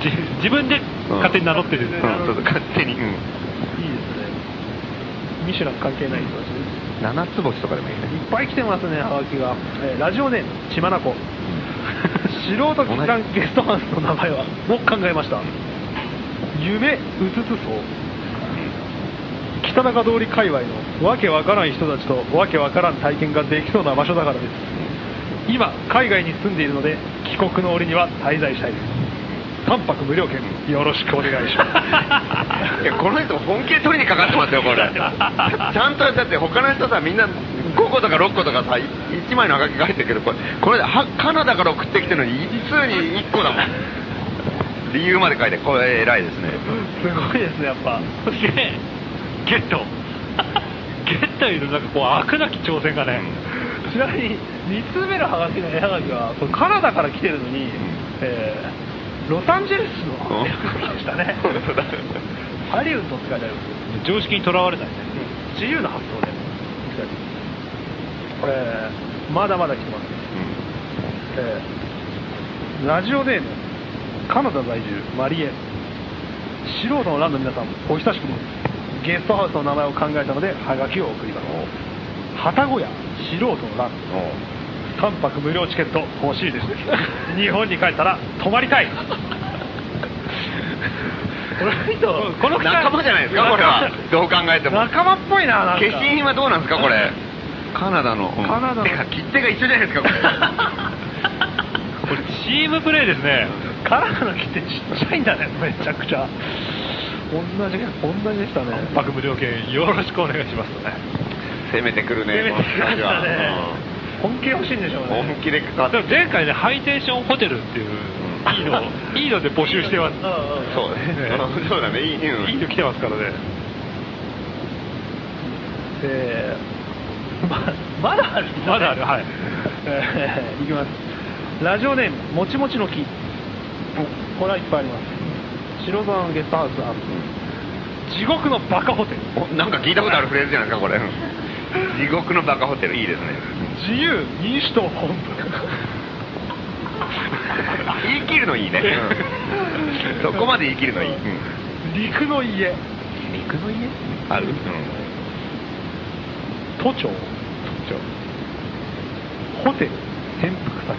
Speaker 10: じ自分で勝手に名乗ってる、
Speaker 5: うんそうそう勝手にうん
Speaker 4: いいですねミシュラン関係ない人たちです
Speaker 5: 七つ星とかでもいいね
Speaker 4: いっぱい来てますね、ハガキが。えーラジオネーム、ちまなこ。 素人機関ゲストハウスの名前 は、僕考えました。夢うつつそう。北中通り界隈のわけわからん人たちとわけわからん体験ができそうな場所だからです。今、海外に住んでいるので、帰国の折には滞在したいです。3泊無料券、よろしくお願いします。
Speaker 5: いやこの人本気で取りにかかってますよこ れちゃんとだって他の人さみんな5個とか6個とかさ1枚のハガキ書いてるけどこれこれはカナダから送ってきてるのに一通に1個だもん理由まで書いてこれ偉いですね
Speaker 4: すごいです ね、やっぱ。
Speaker 10: そしてゲットゲットいうのなんかこう悪なき挑戦がね、
Speaker 4: ちなみに2通目のハガキの絵ハガキはこれカナダから来てるのに、えーロサンゼルスの絵ハガキでしたね
Speaker 5: 本当だ
Speaker 4: ハリウッドって書いてありますよ
Speaker 10: 常識にとらわれないね
Speaker 4: 自由な発想でこれまだまだ来てます、えーラジオネームカナダ在住マリエ素人のランの皆さんお久しぶりですゲストハウスの名前を考えたのでハガキを送ります旗小屋素人のラン3泊無料チケット欲しいです 日本に帰ったら泊まりたいこの人この二人
Speaker 5: 仲間じゃないですかこれはどう考えても
Speaker 4: 仲間っぽいななんか
Speaker 5: 消印はどうなんですかこれカナダのうん
Speaker 4: カナダの
Speaker 5: てか切手が一緒じゃないですかこれ
Speaker 10: これチームプレーですね
Speaker 4: カラーの木ってちっちゃいんだねめちゃくちゃ同じ同じでしたね
Speaker 10: 幕無条件よろしくお願いしますね
Speaker 5: 攻めてくるね
Speaker 4: 攻めてきま
Speaker 5: この人たち
Speaker 4: した
Speaker 5: は
Speaker 4: ね本気欲しいんでしょう
Speaker 5: うん
Speaker 4: ね
Speaker 5: 本気でかかって
Speaker 10: でも前回ねハイテンションホテルっていういいのいいので募集してます
Speaker 5: そうねそうだねいいニュー
Speaker 10: いいの来てますからね
Speaker 4: えー ままだある
Speaker 10: まだあるはいい
Speaker 4: いきますラジオネームもちもちの木これはいっぱいあります白沢のゲストハウスは地獄のバカホテル
Speaker 5: おなんか聞いたことあるフレーズじゃないですかこれ地獄のバカホテルいいですね
Speaker 4: 自由民主党本部
Speaker 5: 言い切るのいいね、 うんそこまで言い切るのいい、うん
Speaker 4: 陸の家
Speaker 5: 陸の家ある、うん、
Speaker 4: 都庁ホテル潜伏先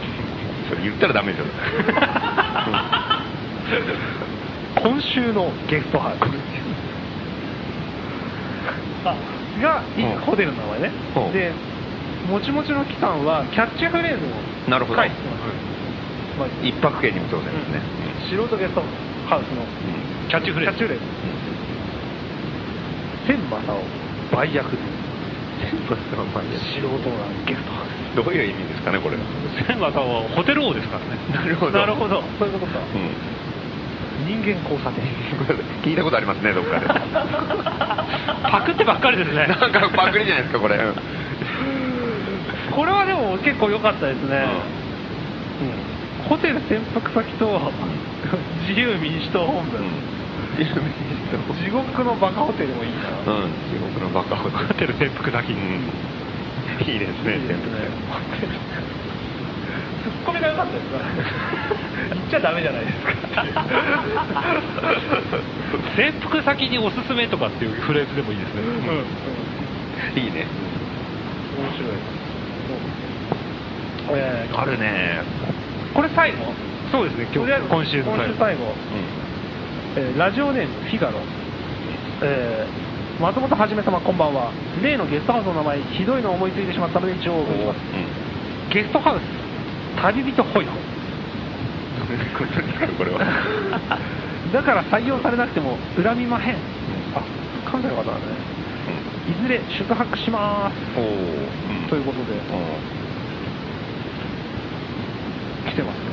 Speaker 5: それ言ったらダメでしょ
Speaker 4: 今週のゲストハウスあが、い
Speaker 5: うん
Speaker 4: ホテルの名前ね、
Speaker 5: うん
Speaker 4: でもちもちの期間はキャッチフレーズを
Speaker 5: なるほど
Speaker 4: 書いてます、まあ
Speaker 5: 一泊券にもそうですね、
Speaker 4: 素人ゲストハウスの
Speaker 10: キャッチフレーズ
Speaker 4: キャッチフレーズ千正を売約素人なゲストハウス
Speaker 5: どういう意味ですかねこれは、
Speaker 10: 千葉さんはホテル王ですからね
Speaker 5: なるほど
Speaker 10: なるほど
Speaker 4: そういうことか
Speaker 5: うん、
Speaker 4: 人間交差点
Speaker 5: 聞いたことありますねどっ か で
Speaker 10: パクってばっかりですね
Speaker 5: なんかパクリじゃないですかこれ、うん
Speaker 4: これはでも結構良かったですね、うんホテル潜伏先と 自由民主党本部、地獄のバカホテルもいいな、
Speaker 5: うん、地獄のバカホ
Speaker 10: ホテル潜伏先に
Speaker 5: いいですね、
Speaker 4: いいですねツッコミが良かったですね言っちゃダメじゃないです か
Speaker 10: 潜伏先におすすめとかっていうフレーズでもいいですね、
Speaker 4: うん、うん面
Speaker 5: いいね。
Speaker 4: 白い、うんえー
Speaker 5: あるね。
Speaker 4: これ最後
Speaker 3: そうですね、今日、今週の
Speaker 11: 今
Speaker 3: 最
Speaker 11: 週
Speaker 3: 後。
Speaker 11: 最後、えーラジオネームフィガロ、えー松本はじめ様こんばんは例のゲストハウスの名前ひどいのを思いついてしまったので一応送ります、ゲストハウス旅人ホイホイ
Speaker 5: これは。
Speaker 11: だから採用されなくても恨みまへんあ関西の方なんだねいずれ宿泊します
Speaker 5: おお。うん
Speaker 11: ということで
Speaker 5: う
Speaker 11: 来てますね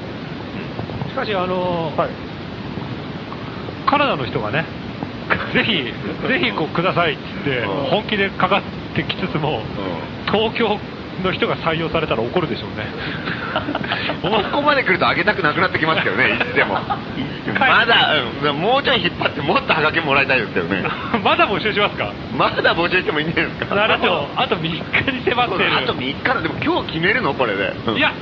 Speaker 3: しかし、あのーカナダの人がね、ぜひ、ぜひこうくださいって言って、
Speaker 5: うん
Speaker 3: 本気でかかってきつつも、東京の人が採用されたら怒るで しょうね。
Speaker 5: んここまで来ると上げたくなくなってきますけど ね、いつでも。まだ、うんもうちょい引っ張って、もっとハガキもらいたいですけど ね。
Speaker 3: まだ募集しますか
Speaker 5: まだ募集してもいいんじゃないですか。
Speaker 3: あと、あと3日に迫っ
Speaker 5: そう
Speaker 3: てる
Speaker 5: だ。あと3日だ、でも今日決めるのこれで。うん
Speaker 3: いや、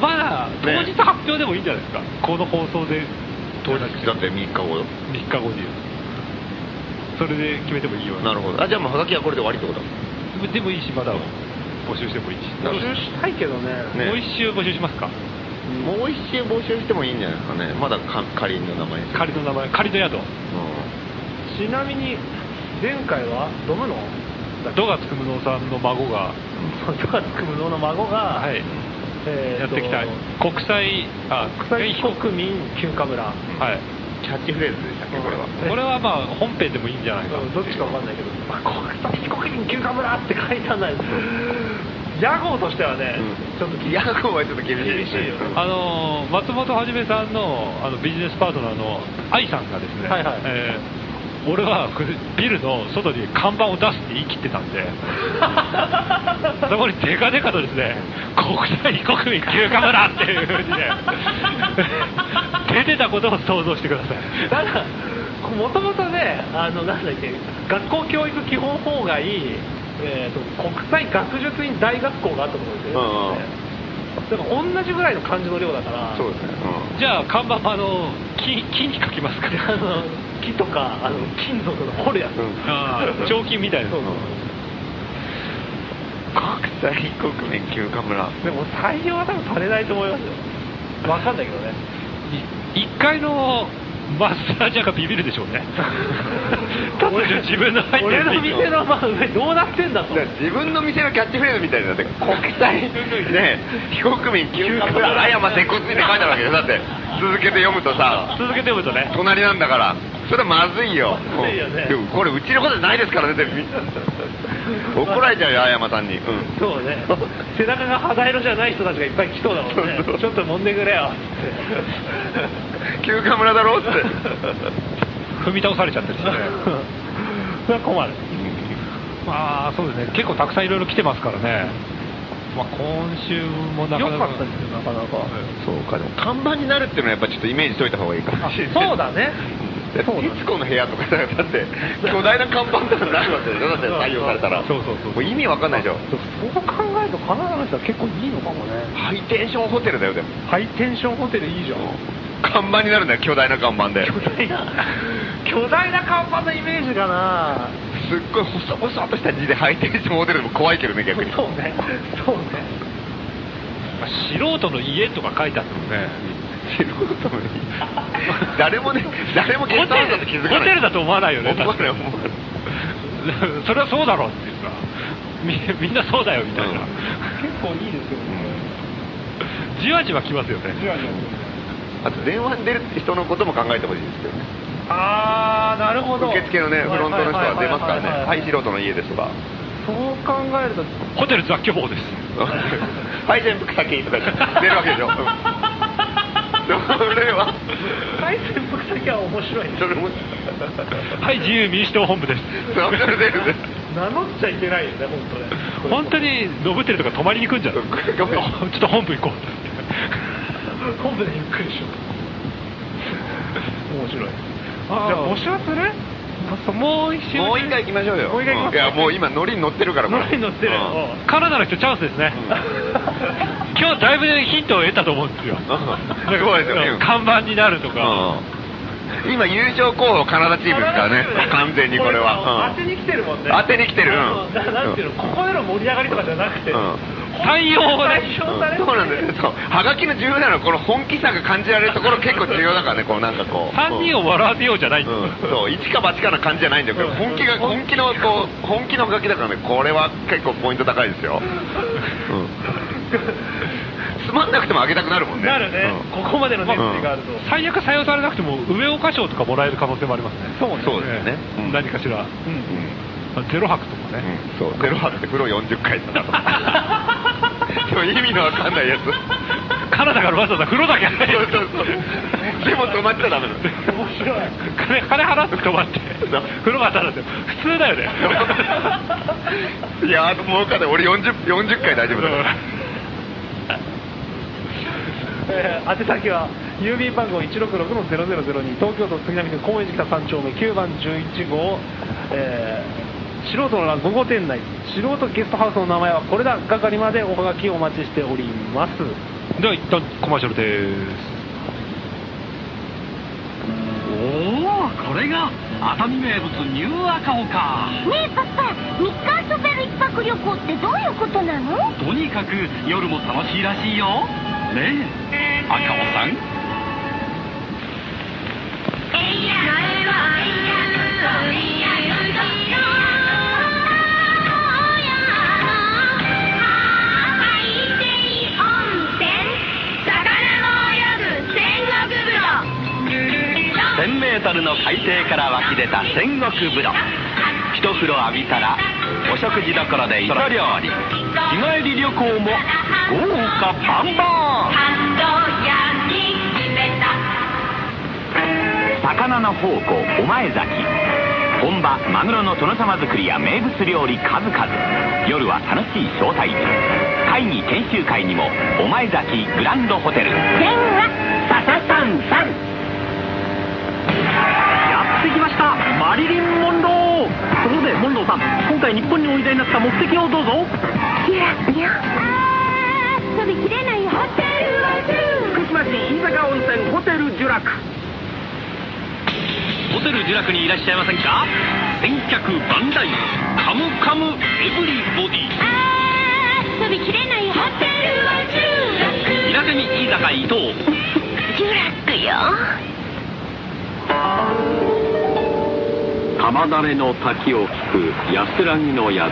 Speaker 3: まだ当
Speaker 5: ね
Speaker 3: 日発表でもいいんじゃないですか、この放送で
Speaker 5: 当日だって3日後よ。
Speaker 3: 3日後に、それで決めてもいいよう
Speaker 5: なるほど。あ、じゃあもうハガキはこれで終わりってこと
Speaker 3: でもいいし、まだ募集してもいいし、
Speaker 5: なるほど
Speaker 4: 募集したいけどね
Speaker 5: ね
Speaker 3: もう一周募集しますか、
Speaker 5: もう一周募集してもいいんじゃないですかね。まだか仮の名前です。
Speaker 3: 仮の名前、仮の宿、
Speaker 5: う
Speaker 4: ちなみに前回はドムの
Speaker 3: ドガつくむのさんの孫 が、
Speaker 4: そう許可つく無能の孫が、
Speaker 3: はい、
Speaker 4: え
Speaker 3: や
Speaker 4: ー
Speaker 3: っ
Speaker 4: と
Speaker 3: てきた、国際、あ
Speaker 4: 国際国民休暇村
Speaker 3: はい、
Speaker 5: んキャッチフレーズでしたっけ、これは。
Speaker 3: これはまあ、本編でもいいんじゃないか
Speaker 4: うんどっちかわかんないけど、まあ、国際国民休暇村って書いてあんない屋号としてはね、ちょっと
Speaker 5: ヤコはちょっと厳しいですね。
Speaker 3: あのー松本はじめさんのあのビジネスパートナーの愛さんがですね、
Speaker 4: はいはい
Speaker 3: えー俺はこれビルの外に看板を出すって言い切ってたん で、そこにデカデカとですね、国際国民休暇村っていうふうに ね、出てたことを想像してください。
Speaker 4: だからもともとねあのなんだっけ学校教育基本法外、えー、と国際学術院大学校があったところですよ、
Speaker 5: うんうん
Speaker 4: だから同じぐらいの漢字の量だから
Speaker 5: そうですね。
Speaker 3: じゃあ看板はあの木木に書きますか
Speaker 4: あの木とかあの金属の掘るやつ、
Speaker 5: うん
Speaker 3: あー彫金みたいな
Speaker 4: そうそう
Speaker 5: 国際国民休暇村。
Speaker 4: でも採用は多分されないと思いますよ分かんないけどね
Speaker 3: い一階のマッサージャーがビビるでしょう ね突如自分の入って
Speaker 4: 俺
Speaker 3: る
Speaker 4: の店の真上どうなってんだと
Speaker 5: だから自分の店のキャッチフレーズみたいになって、国際、ね、非国民休暇村、あやま接骨院って書いてあるわけで、だって、続けて読むとさ、
Speaker 3: 続けて読むとね
Speaker 5: 隣なんだから、それはまずいよ。
Speaker 4: ずいよね
Speaker 5: でもこれ、うちのことじゃないですからね、でもみんな怒られちゃうよ、あやまさんに。うん
Speaker 4: そうね背中が肌色じゃない人たちがいっぱい来そうだもんね
Speaker 5: そうそう
Speaker 4: ちょっと揉んでくれよ
Speaker 5: 休暇村だろうって。
Speaker 3: 踏み倒されちゃってるしね
Speaker 4: それは困る
Speaker 3: まあそうですね結構たくさんいろいろ来てますからね、まあ、今週もなかなか
Speaker 4: よかったですよなかなか
Speaker 5: そうか、でも看板になるっていうのはやっぱちょっとイメージしといた方がいいかもしれない。
Speaker 4: そうだね
Speaker 5: だって徹子の部屋とかさだって巨大な看板とかになるわけでしょだって採用されたら
Speaker 3: そうそうそう
Speaker 5: もう意味わかんないでしょ
Speaker 4: そう考えるとカナダの人は結構いいのかもね
Speaker 5: ハイテンションホテルだよでも
Speaker 4: ハイテンションホテルいいじゃん
Speaker 5: 看板になるんだよ巨大な看板で
Speaker 4: 巨大な 巨大な看板のイメージかな
Speaker 5: すっごい細々とした字でハイテンションホテルでも怖いけどね逆に
Speaker 4: そうねそうね
Speaker 3: 素人の家とか書いてあってもね
Speaker 5: 知ることもない誰もね誰も
Speaker 3: ホ
Speaker 5: ゲストハウスだと気づかない
Speaker 3: テルだと思わないよね
Speaker 5: 思わない思わない
Speaker 3: それはそうだろうっていうかみみんなそうだよみたいな、
Speaker 5: うん
Speaker 4: 結構いいですよ
Speaker 3: じわじわ来ますよね
Speaker 5: あと電話に出る人のことも考えてほしいですけどね
Speaker 4: ああなるほど
Speaker 5: 受付のねフロントの人は出ますからね
Speaker 4: はいはいはいはい
Speaker 5: はい素人の家ですと か
Speaker 4: そう考えると
Speaker 3: ホテル雑居房です
Speaker 5: はい、全部草木とか出るわけでしょ。それは、
Speaker 4: 海鮮服先は面白い
Speaker 5: それも、
Speaker 3: はい自由民主党本部です
Speaker 5: それ出るね。
Speaker 4: 名乗っちゃいけないよね本当ね
Speaker 3: 本当にノブテルとか泊まりに来るんじゃない ちょっと本部行こう
Speaker 4: 本部でゆっくりしよう面白いじゃあ募集する
Speaker 3: もう一周
Speaker 5: もう一回行きましょうよ。
Speaker 4: もう一回行きま
Speaker 5: いや、もう今、ノリに乗ってるから、これ
Speaker 4: 乗りに乗ってる
Speaker 5: うん
Speaker 4: おう
Speaker 3: カナダの人チャンスですね、今日だいぶヒントを得たと思うんですよ、
Speaker 5: すごいですよね。
Speaker 3: 看板になるとか、
Speaker 5: うん今、優勝候補、カナダチームですからね。完全にこれは。
Speaker 4: 当てに来てるもんね
Speaker 5: 当てに来てるうん
Speaker 4: あのななんていうのここでの盛り上がりとかじゃなくて
Speaker 5: うん
Speaker 3: 採用をね
Speaker 5: そうなんですよそうはがきの重要なのはこの本気さが感じられるところ結構重要だからねこうなんかこう
Speaker 3: 3人を笑わせようじゃないんだよ
Speaker 5: そう一か八かな感じじゃないんだけど本気が本気のこう本気のはがきだからねこれは結構ポイント高いですよ、うんつまんなくてもあげたくなるもんね
Speaker 4: なるね、ここまでの熱意があると、
Speaker 3: 最悪採用されなくても上岡賞とかもらえる可能性もありますね
Speaker 4: そうね
Speaker 5: そうですねうん
Speaker 3: 何かしら、ゼロ泊と かね、
Speaker 5: そうゼロ泊って風呂40回だったと意味のわかんないやつ
Speaker 3: カナダからわざわざ風呂だけ入
Speaker 5: そう
Speaker 3: る
Speaker 5: そうそうでも止まっちゃダメなの
Speaker 4: 面白い
Speaker 3: 金金払って泊まって
Speaker 5: そう
Speaker 3: 風呂が当たるんだよ普通だよね
Speaker 5: いやーもうかで俺 40, 40回大丈夫だから
Speaker 4: え ー宛先は郵便番号166-0002東京都杉並区高円寺北3丁目9番11号、えー素人の5号店内素人ゲストハウスの名前はこれだ係までおはがきお待ちしております
Speaker 3: では一旦コマーシャルです
Speaker 1: おおこれが熱海名物ニューアカオか
Speaker 12: ねえパパ日韓とベル一泊旅行ってどういうことなの
Speaker 1: とにかく夜も楽しいらしいよねえ赤尾さん1000メートルの海底から湧き出た戦国風呂一風呂浴びたらお食事どころで一料理日帰り旅行も豪華バンバン魚の宝庫お前崎本場マグロの殿様作りや名物料理数々夜は楽しい招待会議研修会にもお前崎グランドホテルサササンサンやってきましたマリリン・モンローところでモンローさん今回日本においでになった目的をどうぞ
Speaker 12: 福
Speaker 1: 島市飯坂温泉ホテル聚楽ホテル聚楽にいらっしゃいませんか先客万代カムカムエブリボディ稲上飯坂伊藤玉だれの滝を聞く安らぎの宿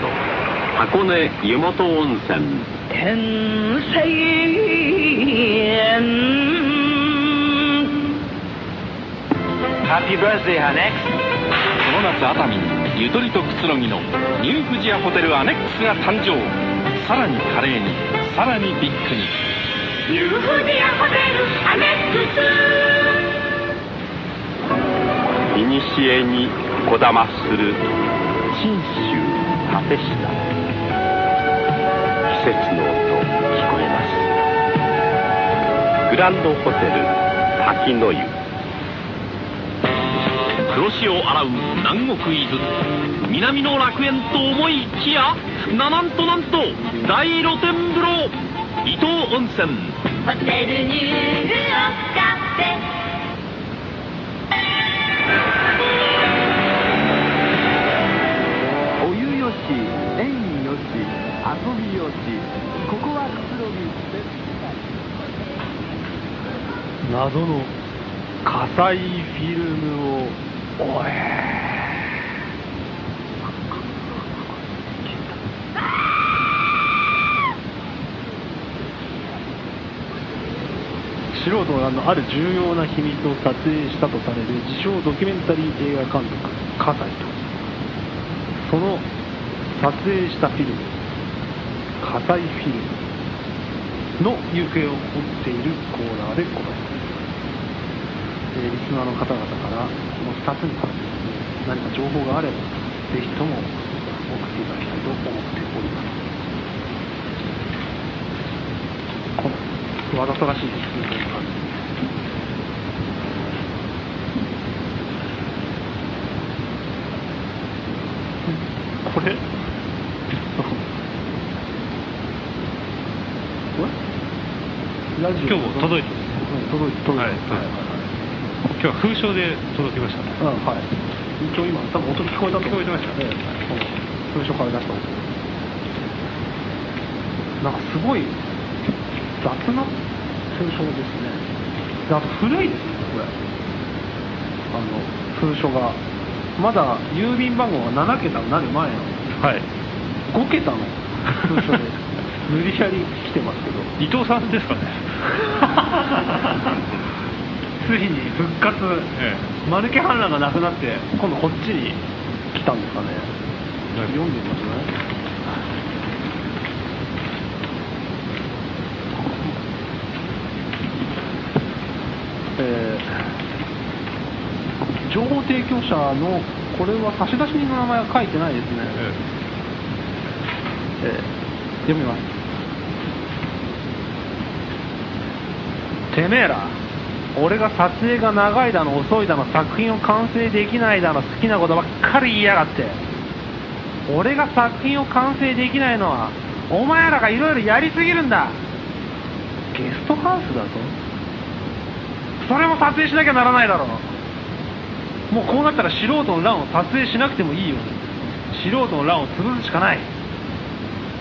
Speaker 1: 箱根湯本温泉
Speaker 13: 天才園
Speaker 1: Happy birthday, アネックスこの夏熱海にゆとりとくつろぎのニューフジアホテルアネックスが誕生さらにカレーにさらにビッグにいにしえにこだまする信州立下季節の音聞こえますグランドホテル滝の湯黒潮洗う南国伊豆南の楽園と思いきやななんとなんと大露天風呂伊東温泉
Speaker 14: お湯よし縁よし遊びよしここはくつろぎ
Speaker 4: 謎の火災フィルムをおえ素人の欄のある重要な秘密を撮影したとされる自称ドキュメンタリー映画監督葛西とその撮影したフィルム火災フィルムの行方を追っているコーナーでございますえーリスナーの方々からこの2つに関してですね何か情報があればぜひとも送っていただきたいと思っておりますこのわざとらしいですねこんな感じこ れラジオ
Speaker 3: 今日も届いてます
Speaker 4: うん届いて届いてます
Speaker 3: はいはい今日は封書で届きましたね
Speaker 4: うん、はい。一応今、多分音聞こえたと思う。聞こえてましたね。うん。文書から出した音。なんかすごい雑な通称ですねであと古いですねこれあの通称がまだ郵便番号が7桁になる前の
Speaker 3: はい。
Speaker 4: 5桁の通称で無理やり来てますけど
Speaker 3: 伊藤さんですかね。
Speaker 4: ついに復活、マルケ反乱がなくなって今度こっちに来たんですかね読んでみますねえー情報提供者のこれは差出人の名前は書いてないですね、えー読みますてめえら俺が撮影が長いだの遅いだの作品を完成できないだの好きなことばっかり言いやがって俺が作品を完成できないのはお前らがいろいろやりすぎるんだゲストハウスだぞそれも撮影しなきゃならないだろうもうこうなったら素人の欄を撮影しなくてもいいよ素人の欄を潰すしかない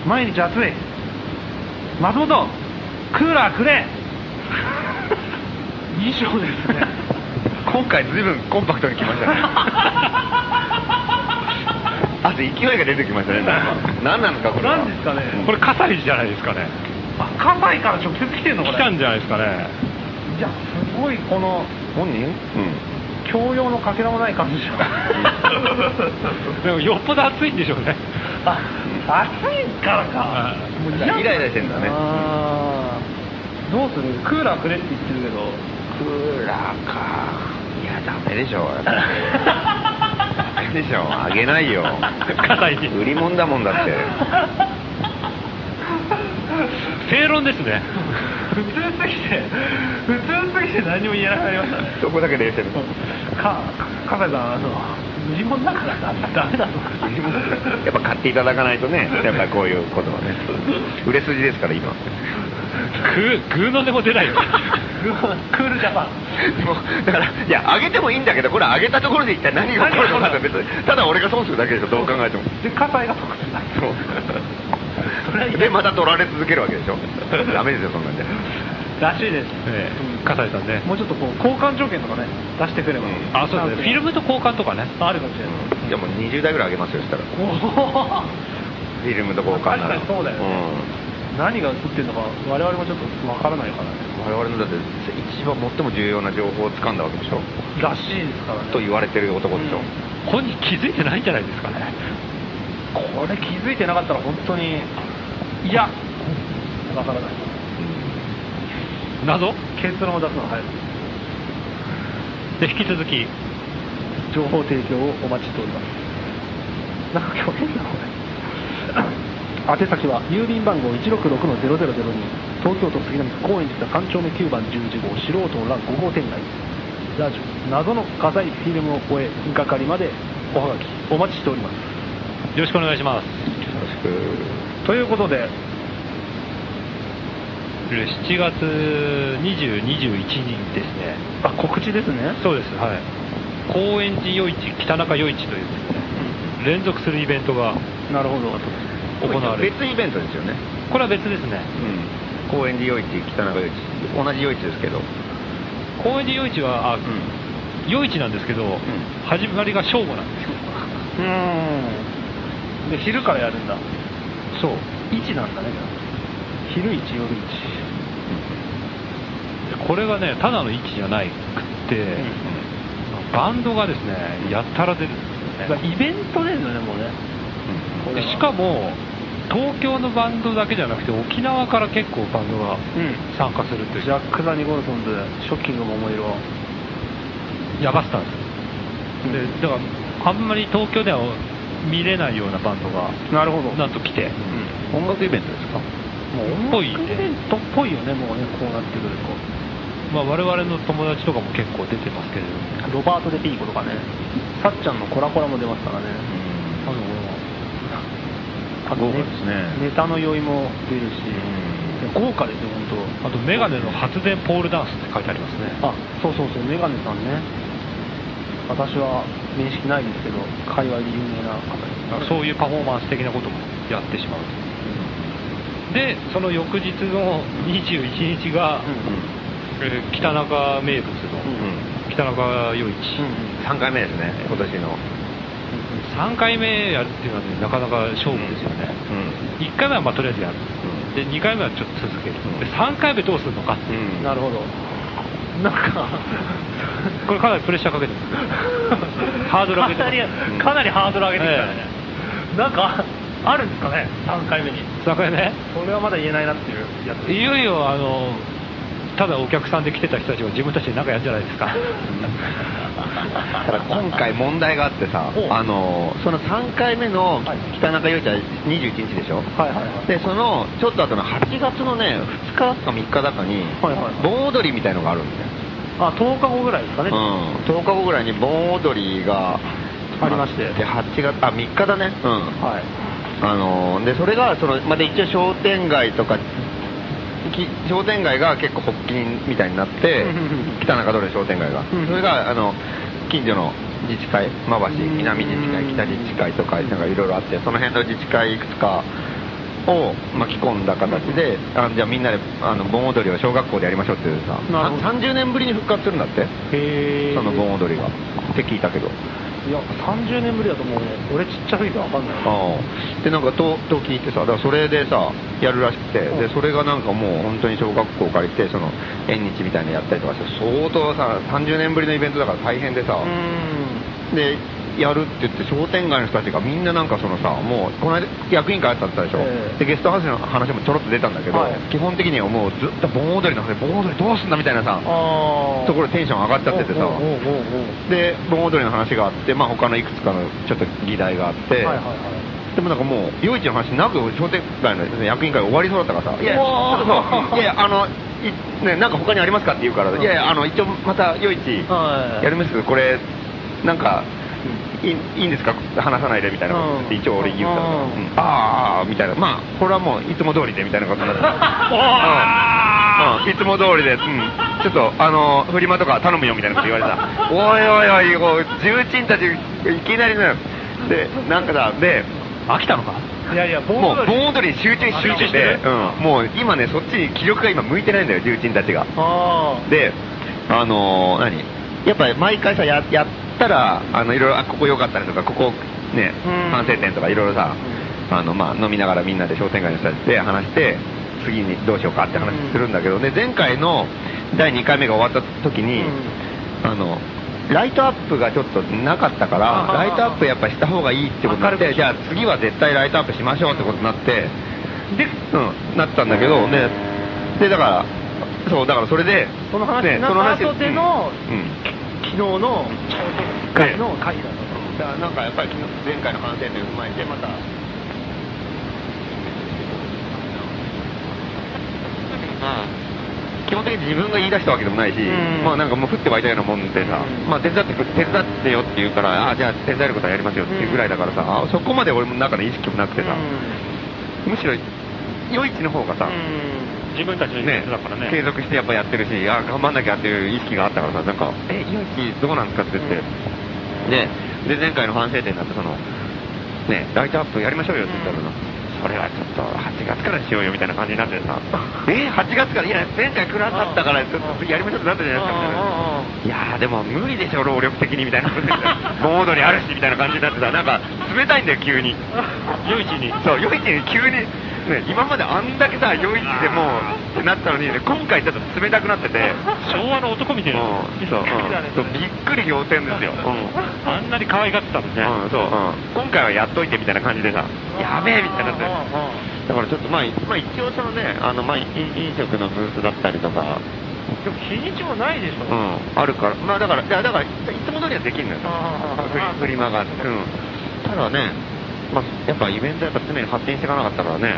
Speaker 4: 毎日暑い松本クーラーくれ 以上ですね
Speaker 15: 今回ずいぶんコンパクトに来ました ねあと勢いが出てきましたねなんか何なんですかこれは
Speaker 3: 何ですかね。これ、葛西じゃないですかね。
Speaker 4: あ葛西から直接来てんのこ
Speaker 3: 来
Speaker 4: れ
Speaker 3: たんじゃないですかね。
Speaker 4: いやすごいこの
Speaker 15: 本人
Speaker 4: 教養のかけらもない感 じじゃん
Speaker 3: でも、よっぽど暑いんでしょうね。
Speaker 4: あ暑いからかもう
Speaker 15: うん
Speaker 4: 嫌
Speaker 15: イライラしてんだね
Speaker 4: あーどうするクーラーくれって言ってるけど
Speaker 15: クーラーかいやダメでしょダメでしょあげないよ
Speaker 3: 硬い
Speaker 15: 売り物だもんだ って
Speaker 3: 正論ですね。
Speaker 4: 普通すぎて普通すぎて何も言えなくなりましたね
Speaker 15: そこだけ冷静
Speaker 4: かカフェさんあの無事もだからダメだとか
Speaker 15: やっぱ買っていただかないとねやっぱこういうことはね売れ筋ですから今
Speaker 3: ぐ、ぐのでも出ないよ。
Speaker 4: クールジャパン
Speaker 15: もうだからいやあげてもいいんだけどこれあげたところで一体何が起こるのかって別にただ俺が損するだけでしょどう考えても
Speaker 4: で葛西が得する
Speaker 15: そうでまた取られ続けるわけでしょダメですよそんなんで
Speaker 4: らしいです
Speaker 3: ええ、葛西さんね。
Speaker 4: もうちょっとこう交換条件とかね出してくれば、
Speaker 3: あ、そうですね。フィルムと交換とかね。
Speaker 4: あるかもしれない
Speaker 15: いやもう20代ぐらいあげますよそしたらフ
Speaker 4: おー
Speaker 15: ィルムと交換なら
Speaker 4: 確かにそうだよね何が映ってるのか我々もちょっとわからないからね
Speaker 15: うん、我々のだって一番最も重要な情報を掴んだわけでしょ
Speaker 4: らしいですからね
Speaker 15: と言われてる男でしょ、
Speaker 3: 本人気づいてないんじゃないですかね。
Speaker 4: これ気づいてなかったら本当にいやわからない
Speaker 3: 謎
Speaker 4: 結論を出すのは早いです
Speaker 3: で、引き続き、
Speaker 4: 情報提供をお待ちしておりますなんか今日変なこれ宛先は郵便番号166-0002東京都杉並区高円寺田3丁目9番11号素人の欄5号店街ラジオ謎の火災フィルムを終え係までおはがきお待ちしております
Speaker 3: よろしくお願いします。
Speaker 4: ということで
Speaker 3: 7月20、21日ですね。
Speaker 4: あ告知ですね
Speaker 3: そうです、はい。高円寺夜市、北中夜市というですね、連続するイベントが
Speaker 4: なるほど
Speaker 3: 行われる。
Speaker 15: 別イベントですよね、
Speaker 3: これは別ですね。
Speaker 15: うん、公園寺夜市北中夜市同じ夜市ですけど、
Speaker 3: 高円寺夜市は、あ、夜市なんですけど、始まりが正午なんですよ。
Speaker 4: うんで昼からやるんだそう1なんだね昼1夜1
Speaker 3: これがね、ただの位置じゃないくって、バンドがですね、やったら出るんですよね。
Speaker 4: イベントですよねもうねこれ
Speaker 3: で
Speaker 4: は
Speaker 3: しかも、東京のバンドだけじゃなくて、沖縄から結構バンドが
Speaker 4: うん
Speaker 3: 参加するという、
Speaker 4: ジャック・ザ・ニゴルソンズショッキング・桃色
Speaker 3: やばしたんですよ。で、だから、あんまり東京では見れないようなバンドが、
Speaker 4: なるほど
Speaker 3: なんと来て、
Speaker 15: 音楽イベントですか
Speaker 4: もう音
Speaker 3: ぽ
Speaker 4: 楽
Speaker 3: い
Speaker 4: イ
Speaker 3: ね
Speaker 4: ベントっぽいよねもうねこうなってくると
Speaker 3: まあ、我々の友達とかも結構出てますけれども、
Speaker 4: ロバート・デ・ピーコとかねさっちゃんのコラコラも出ますからねあのあと
Speaker 15: 豪華ですね
Speaker 4: ネタの酔いも出るし豪華ですよ
Speaker 3: あ
Speaker 4: 本
Speaker 3: と、メガネの発電ポールダンスって書いてありますね。
Speaker 4: 当。あそうそうそうメガネさんね私は面識ないですけど界隈で有名な方です
Speaker 3: そういうパフォーマンス的なこともやってしまう。でその翌日の21日が、えー北中名物の、北中余市、
Speaker 15: 3回目ですね今年の
Speaker 3: 3回目やるっていうのは、ね、なかなか勝負ですよね、1回目はまあとりあえずやる、で2回目はちょっと続ける、で3回目どうするのかっていう、なるほどなんか これかなりプレッシャーかけてますハードル上げてます
Speaker 16: かなりハードル上げてきたね
Speaker 3: え
Speaker 16: なんかあるんですかね3回目に
Speaker 3: え3回目
Speaker 16: それはまだ言えないなっていうやつ
Speaker 3: いよいよあのただお客さんで来てた人たちが自分たちで何かやるんじゃな いですか
Speaker 5: ただ今回問題があってさ、あのその3回目の北中陽一は21日でしょ、でそのちょっと後の8月のね2日か3日だかに、盆踊りみたいのがあるんだよ、
Speaker 4: あ10日後ぐらいですかね、
Speaker 5: うん、10日後ぐらいに盆踊りがありましてで8月あ3日だねうんはいあのでそれがそのまた一応商店街とかき商店街が結構発起人みたいになって北中通りの商店街がそれがあの近所の自治会馬橋南自治会北自治会とかなんかいろいろあってその辺の自治会いくつかを巻き込んだ形であじゃあみんなであの盆踊りを小学校でやりましょうっていうさ
Speaker 4: なる
Speaker 5: さ30年ぶりに復活するんだってその盆踊りがって聞いたけど
Speaker 4: いや30年ぶりだともうね俺ちっちゃすぎて分かんない
Speaker 5: ああでなんかとと聞いてさだからそれでさやるらしくてでそれがなんかもう本当に小学校借りてその縁日みたいなのやったりとかして相当さ30年ぶりのイベントだから大変でさでやるって言って商店街の人たちがみんななんかそのさもうこの間役員会あったって言ったでしょ、でゲストハウスの話もちょろっと出たんだけど、基本的にはもうずっと盆踊りの話で盆踊りどうすんだみたいなさところでテンション上がっちゃっててさで盆踊りの話があって、まあ、他のいくつかのちょっと議題があって、でもなんかもう夜市の話なく商店街の役員会終わりそうだったからさ「いやいや
Speaker 15: うわー
Speaker 5: そうそういやいやあのいねなんか他にありますか?」って言うから「いやいやあの一応また夜市やりますけどこれなんかいいいいんですか話さないで」みたいなことって一応俺言ったから「うんあーあー」みたいな「まあこれはもういつも通りで」みたいなことになって うんうんいつも通りで、うん、ちょっとあのフリマとか頼むよみたいなこと言われた おいおいおいこう重鎮たちいきなりねでなんかさで飽きたのか
Speaker 16: いやいや盆
Speaker 5: もう
Speaker 16: 踊り
Speaker 5: 盆踊りに集中し集中してて、うん、もう今ねそっちに気力が今向いてないんだよ重鎮たちが
Speaker 16: あ
Speaker 5: であのー何やっぱり毎回さややったらあのいろいろあここ良かったねとかここね反省点とかいろいろさあの、まあ、飲みながらみんなで商店街の人たちで話して次にどうしようかって話するんだけど、で前回の第2回目が終わった時に、あのライトアップがちょっとなかったからライトアップやっぱした方がいいってことになってじゃあ次は絶対ライトアップしましょうってことになってで、うん、なったんだけどねでだからそうだからそれで
Speaker 4: その話
Speaker 5: ね
Speaker 4: になった後での、
Speaker 5: うん
Speaker 4: 昨日の商店会の会議だ
Speaker 5: だからなんかやっぱり昨日前回の反省点を踏まえてまた基本的に自分が言い出したわけでもないし、まあなんかもう降って湧いたようなもんでさ、まあ手伝ってく手伝ってよって言うから、ああじゃあ手伝えることはやりますよっていうぐらいだからさ、あそこまで俺の中の意識もなくてさ、むしろ余市の方がさ、
Speaker 3: 自分たちのイベントだからね
Speaker 5: 継続してやっぱやってるし、あ頑張んなきゃっていう意識があったからさ、なんか、え、勇気どうなんですかって言って、ね、で、前回の反省点だって、その、ね、ライトアップやりましょうよって言ったら、それはちょっと8月からしようよみたいな感じになってさ、え、8月から、いや、前回暗かったから、ちょっとやりましょうってなったじゃないですか、みたいな。いやーでも無理でしょ、労力的にみたいなことで、モードにあるしみたいな感じになってさ、なんか冷たいんだよ、 急に。夜市にそう、夜市に急に、ね、今まであんだけさ、夜市でもうってなったのに、ね、今回ちょっと冷たくなってて、
Speaker 3: 昭和の男みたいな、
Speaker 5: うんそううんそうびっくり仰天ですよ、 うん
Speaker 3: あんなに可愛がってたのね、
Speaker 5: うんそううん、今回はやっといてみたいな感じでさ、やべえみたいになって、だからちょっと、まあ、まあ、一応、そのね、あのまあ、い飲食のブースだったりとか、
Speaker 16: でも日にちもないでしょ
Speaker 5: うん、あるから、まあだから、いやだから、いつも通りはできるのよ、フリフリマがあって、うん、ただね、まあ、やっぱイベントはやっぱ常に発展していかなかったからね、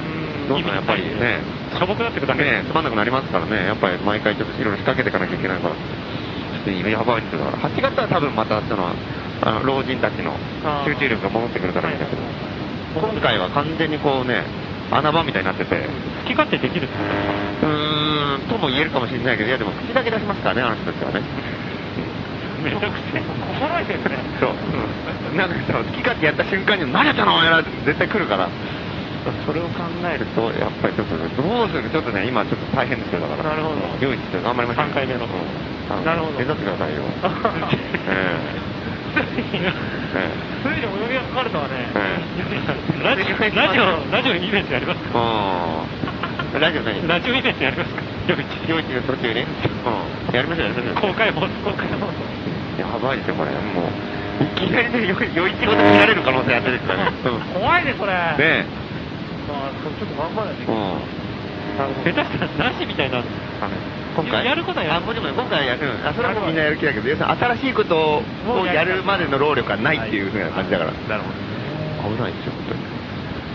Speaker 5: どんどんやっぱりね、しょぼくなってくだけね、つまんなくなりますからね、やっぱり毎回ちょっといろいろ仕掛けていかなきゃいけないから、ちょっとやばいですよ、だから8月は多分またその、あの老人たちの集中力が戻ってくるからいいんだけど、今回は完全にこうね、穴場みたいになってて、
Speaker 3: 好き勝手できるって
Speaker 5: うーん、とも言えるかもしれないけど、いやでも口だけ出しますからね、あの人たちはね。
Speaker 3: めちゃくちゃおもろいですね
Speaker 5: そう、うん、なんかさ、好き勝手やった瞬間に、何やったのお前らって絶対来るから、う
Speaker 2: っとそれを考えると、やっぱりちょっとね、どうするちょっとね、今ちょっと大変ですよ、だから。なるほど。用意して頑張りましょう。3回目の。なるほど。手伝ってくださいよ。 ええ
Speaker 4: それ以上泳ぎがかかるとはね、
Speaker 2: え
Speaker 4: ラジオ、ラジオ、ラジオイベントやります
Speaker 2: え。うん。ラジオ何
Speaker 4: ラジオイベントやりますか
Speaker 2: 用意してる途中にうん。やりましょう、やりましょう。
Speaker 4: 公開放送、公開放送。
Speaker 2: やばいですよ、これ。もう、いきなりね、よ余一郎で見られる可能性あってですからね。うん
Speaker 4: 怖いね、それ。
Speaker 2: ね
Speaker 4: まあ、ちょっと頑張らないとい
Speaker 2: え。
Speaker 4: け
Speaker 2: う
Speaker 4: ない。
Speaker 2: ん。
Speaker 4: 下手したらなしみたいな。
Speaker 2: 今回。
Speaker 4: やることはやる。
Speaker 2: あ、もちろん、今回やる。あ、
Speaker 5: それはもうみんなやる気だけど、要するに新しいことをやるまでの労力がないっていうふうな感じだから。なるほど。危ないですよ、本当に。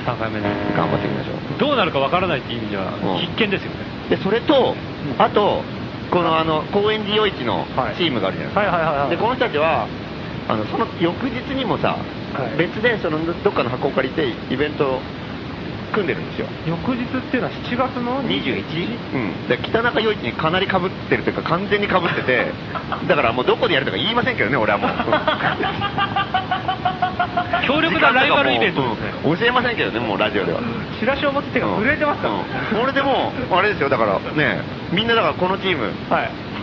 Speaker 3: 3回目ね
Speaker 5: 頑張っていきましょう。
Speaker 3: どうなるかわからないっていう意味では必見ですよね、
Speaker 5: でそれと、あと、このあの高円寺夜市のチームがあるじゃないですか、でこの人たちはあのその翌日にもさ、別でそのどっかの箱を借りて、イベントを組んでるんですよ、
Speaker 17: 翌日っていうのは7月の
Speaker 5: 21? うん、で北中夜市にかなりかぶってるというか、完全にかぶってて、だからもうどこでやるとか言いませんけどね、俺はもう、
Speaker 3: 強力なライバルイベントですね
Speaker 5: うん教えませんけどね、もうラジオでは。
Speaker 17: チラシを持って手が震えてますから、
Speaker 5: これでもう、あれですよ、だからね、みんなだからこのチーム、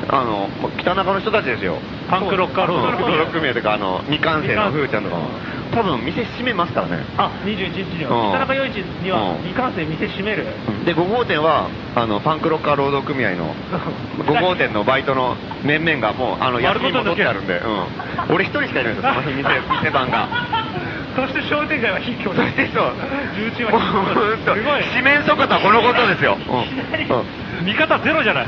Speaker 5: あの北中の人たちですよ、
Speaker 3: パンクロッカーロード
Speaker 5: うんパンクロック名とか、あの未完成のふーちゃんとかも、多分店閉めますからね、
Speaker 4: あ、21日に
Speaker 5: うん
Speaker 4: は、田中陽一 には
Speaker 5: うん
Speaker 4: 未完成店閉める。
Speaker 5: で5号店はあのパンクロッカー労働組合の5号店のバイトの面々がもう、あの
Speaker 4: 丸
Speaker 5: 休
Speaker 4: ご
Speaker 5: み
Speaker 4: と
Speaker 5: も
Speaker 4: 抜
Speaker 5: 取
Speaker 4: け
Speaker 5: って
Speaker 4: る
Speaker 5: あるんで、うん俺一人しかいないんですよ、その日店店番が。
Speaker 4: そして商店街は非 協力。
Speaker 5: そう。
Speaker 4: 重鎮
Speaker 5: も
Speaker 4: は
Speaker 5: うほん
Speaker 4: 非
Speaker 5: と
Speaker 4: 協力。すごい。
Speaker 5: 四面楚歌とはこのことですよ、うん
Speaker 3: 味方ゼロじゃない
Speaker 5: い